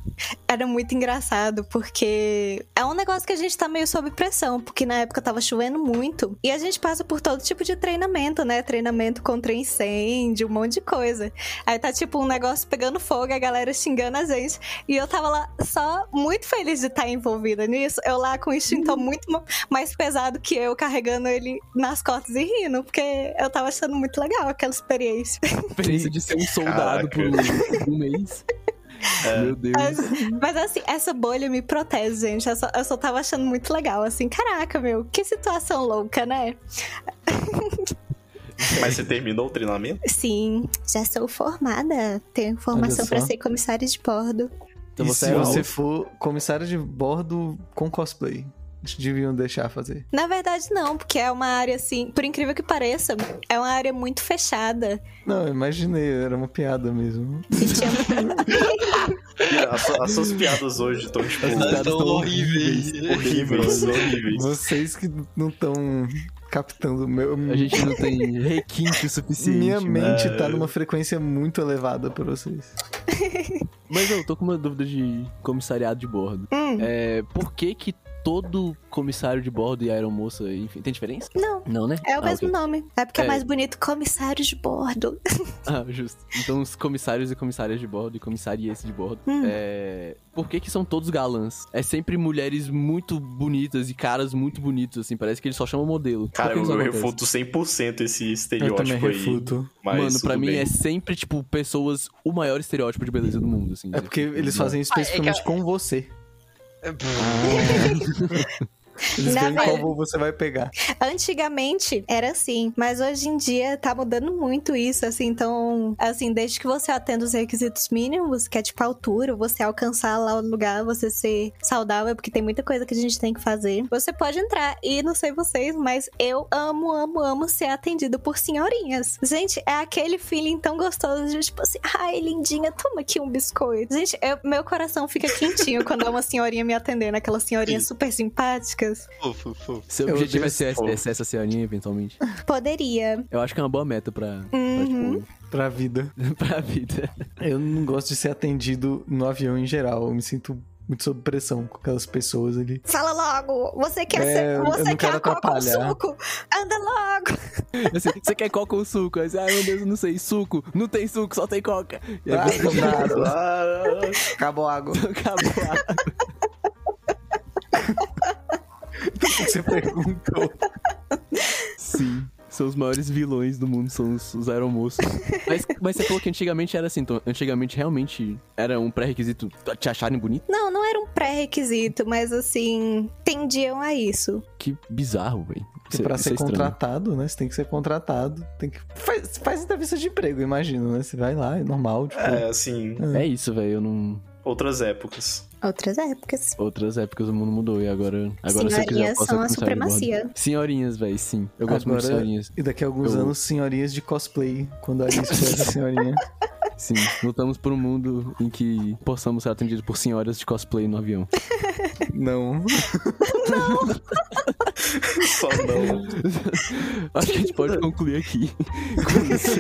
Speaker 5: Era muito engraçado, porque é um negócio que a gente tá meio sob pressão, porque na época tava chovendo muito. E a gente passa por todo tipo de treinamento, né? Treinamento contra incêndio, um monte de coisa. Aí tá tipo um negócio pegando fogo, a galera xingando a gente. E eu tava lá só muito feliz de estar envolvida nisso. Eu lá com o extintor muito ma- mais pesado que eu, carregando ele nas costas e rindo, porque eu tava achando muito legal aquela experiência.
Speaker 1: experiência de ser um soldado por um mês. Meu Deus.
Speaker 5: Mas, mas, assim, essa bolha me protege, gente. Eu só, eu só tava achando muito legal, assim. Caraca, meu, que situação louca, né?
Speaker 2: Mas você terminou o treinamento?
Speaker 5: Sim, já sou formada. Tenho formação
Speaker 4: Olha só.
Speaker 5: pra ser comissária de bordo.
Speaker 1: Então
Speaker 4: e
Speaker 1: você
Speaker 4: se
Speaker 1: é
Speaker 4: você
Speaker 1: alto.
Speaker 4: for comissário de bordo com cosplay? Eles Deviam deixar fazer.
Speaker 5: Na verdade, não, porque é uma área, assim, por incrível que pareça, é uma área muito fechada.
Speaker 4: Não, eu imaginei, era uma piada mesmo.
Speaker 5: E tinha-
Speaker 2: As, su- as suas piadas hoje estão, tipo,
Speaker 4: As piadas
Speaker 3: tão
Speaker 4: tão
Speaker 3: horríveis.
Speaker 2: horríveis, horríveis.
Speaker 4: Vocês que não estão captando o meu.
Speaker 1: A gente não tem requinte o suficiente.
Speaker 4: Minha
Speaker 1: né?
Speaker 4: mente tá numa frequência muito elevada pra vocês.
Speaker 1: Mas eu tô com uma dúvida de comissariado de bordo.
Speaker 5: Hum,
Speaker 1: É, por que que todo comissário de bordo e aeromoça, enfim, tem diferença?
Speaker 5: Não.
Speaker 1: Não, né?
Speaker 5: É o
Speaker 1: Ah,
Speaker 5: mesmo
Speaker 1: ok.
Speaker 5: nome. É porque é,
Speaker 1: É.
Speaker 5: mais bonito comissário de bordo.
Speaker 1: Ah, justo. Então, os comissários e comissárias de bordo e comissarias de bordo.
Speaker 5: Hum.
Speaker 1: É... Por que que são todos galãs? É sempre mulheres muito bonitas e caras muito bonitos, assim. Parece que eles só chamam modelo. Por
Speaker 2: Cara,
Speaker 1: que
Speaker 2: eu,
Speaker 1: isso
Speaker 2: eu
Speaker 1: acontece?
Speaker 2: refuto 100% esse
Speaker 4: Eu também
Speaker 2: estereótipo aí.
Speaker 4: refuto.
Speaker 2: Mas
Speaker 1: Mano, pra
Speaker 2: tudo
Speaker 1: mim
Speaker 2: bem.
Speaker 1: é sempre, tipo, pessoas... O maior estereótipo de beleza do mundo, assim.
Speaker 4: É porque eles fazem isso
Speaker 3: Ah, é que-
Speaker 4: especificamente com você.
Speaker 3: É,
Speaker 4: Eles
Speaker 5: Na
Speaker 4: veem
Speaker 5: verdade-
Speaker 4: qual voo você vai pegar.
Speaker 5: Antigamente era assim, mas hoje em dia tá mudando muito isso, assim, então, assim, desde que você atenda os requisitos mínimos, que é tipo a altura, você alcançar lá o lugar, você ser saudável, porque tem muita coisa que a gente tem que fazer. Você pode entrar e não sei vocês, mas eu amo, amo, amo ser atendido por senhorinhas. Gente, é aquele feeling tão gostoso de tipo assim, ai, lindinha, toma aqui um biscoito. Gente, eu- meu coração fica quentinho quando é uma senhorinha me atendendo, aquelas senhorinhas super simpáticas.
Speaker 3: Fofo, fofo.
Speaker 1: Seu
Speaker 4: Eu
Speaker 1: objetivo é
Speaker 4: odeio
Speaker 1: ser
Speaker 4: esse
Speaker 1: essa,
Speaker 4: povo.
Speaker 1: essa, essa senhorinha, eventualmente.
Speaker 5: Poderia.
Speaker 1: Eu acho que é uma boa meta pra,
Speaker 5: Uhum.
Speaker 1: pra,
Speaker 4: Pra vida.
Speaker 1: tipo, pra vida.
Speaker 4: Eu não gosto de ser atendido no avião em geral. Eu me sinto muito sob pressão com aquelas pessoas ali.
Speaker 5: Fala logo! Você quer
Speaker 4: É,
Speaker 5: ser.
Speaker 4: eu
Speaker 5: Você
Speaker 4: não
Speaker 5: quer
Speaker 4: quero
Speaker 5: a coca ou
Speaker 4: atrapalhar.
Speaker 5: suco? Anda logo!
Speaker 1: Assim, você quer coca ou suco? Aí você, ai meu Deus, eu não sei. Suco? Não tem suco, só tem coca. E aí,
Speaker 4: Ah, sobrado.
Speaker 2: Ah,
Speaker 4: Acabou a água.
Speaker 1: acabou a
Speaker 4: Você perguntou.
Speaker 1: Sim. São os maiores vilões do mundo, são os, os aeromoços. mas, mas você falou que antigamente era assim, então. Antigamente realmente era um pré-requisito te acharem bonito?
Speaker 5: Não, não era um pré-requisito, mas assim, tendiam a isso.
Speaker 1: Que bizarro, velho.
Speaker 4: Porque pra ser
Speaker 1: é estranho.
Speaker 4: contratado, né? Você tem que ser contratado. Tem que... Faz, faz entrevista de emprego, imagino, né? Você vai lá, é normal, tipo...
Speaker 2: é, assim,
Speaker 1: É isso, velho. Eu não.
Speaker 2: outras épocas.
Speaker 5: Outras épocas.
Speaker 1: Outras épocas o mundo mudou e agora. agora se eu quiser, eu
Speaker 5: Senhorinhas
Speaker 1: posso
Speaker 5: são a
Speaker 1: começar de bordo.
Speaker 5: supremacia.
Speaker 1: Senhorinhas, velho, sim. Eu gosto muito de
Speaker 4: Agora-
Speaker 1: senhorinhas.
Speaker 4: E daqui a alguns
Speaker 1: Eu-
Speaker 4: anos, senhorinhas de cosplay, quando a Alice faz a senhorinha.
Speaker 1: Sim. Lutamos por um mundo em que possamos ser atendidos por senhoras de cosplay no avião.
Speaker 4: Não.
Speaker 2: Só não.
Speaker 1: Acho que a gente pode concluir aqui. Com isso.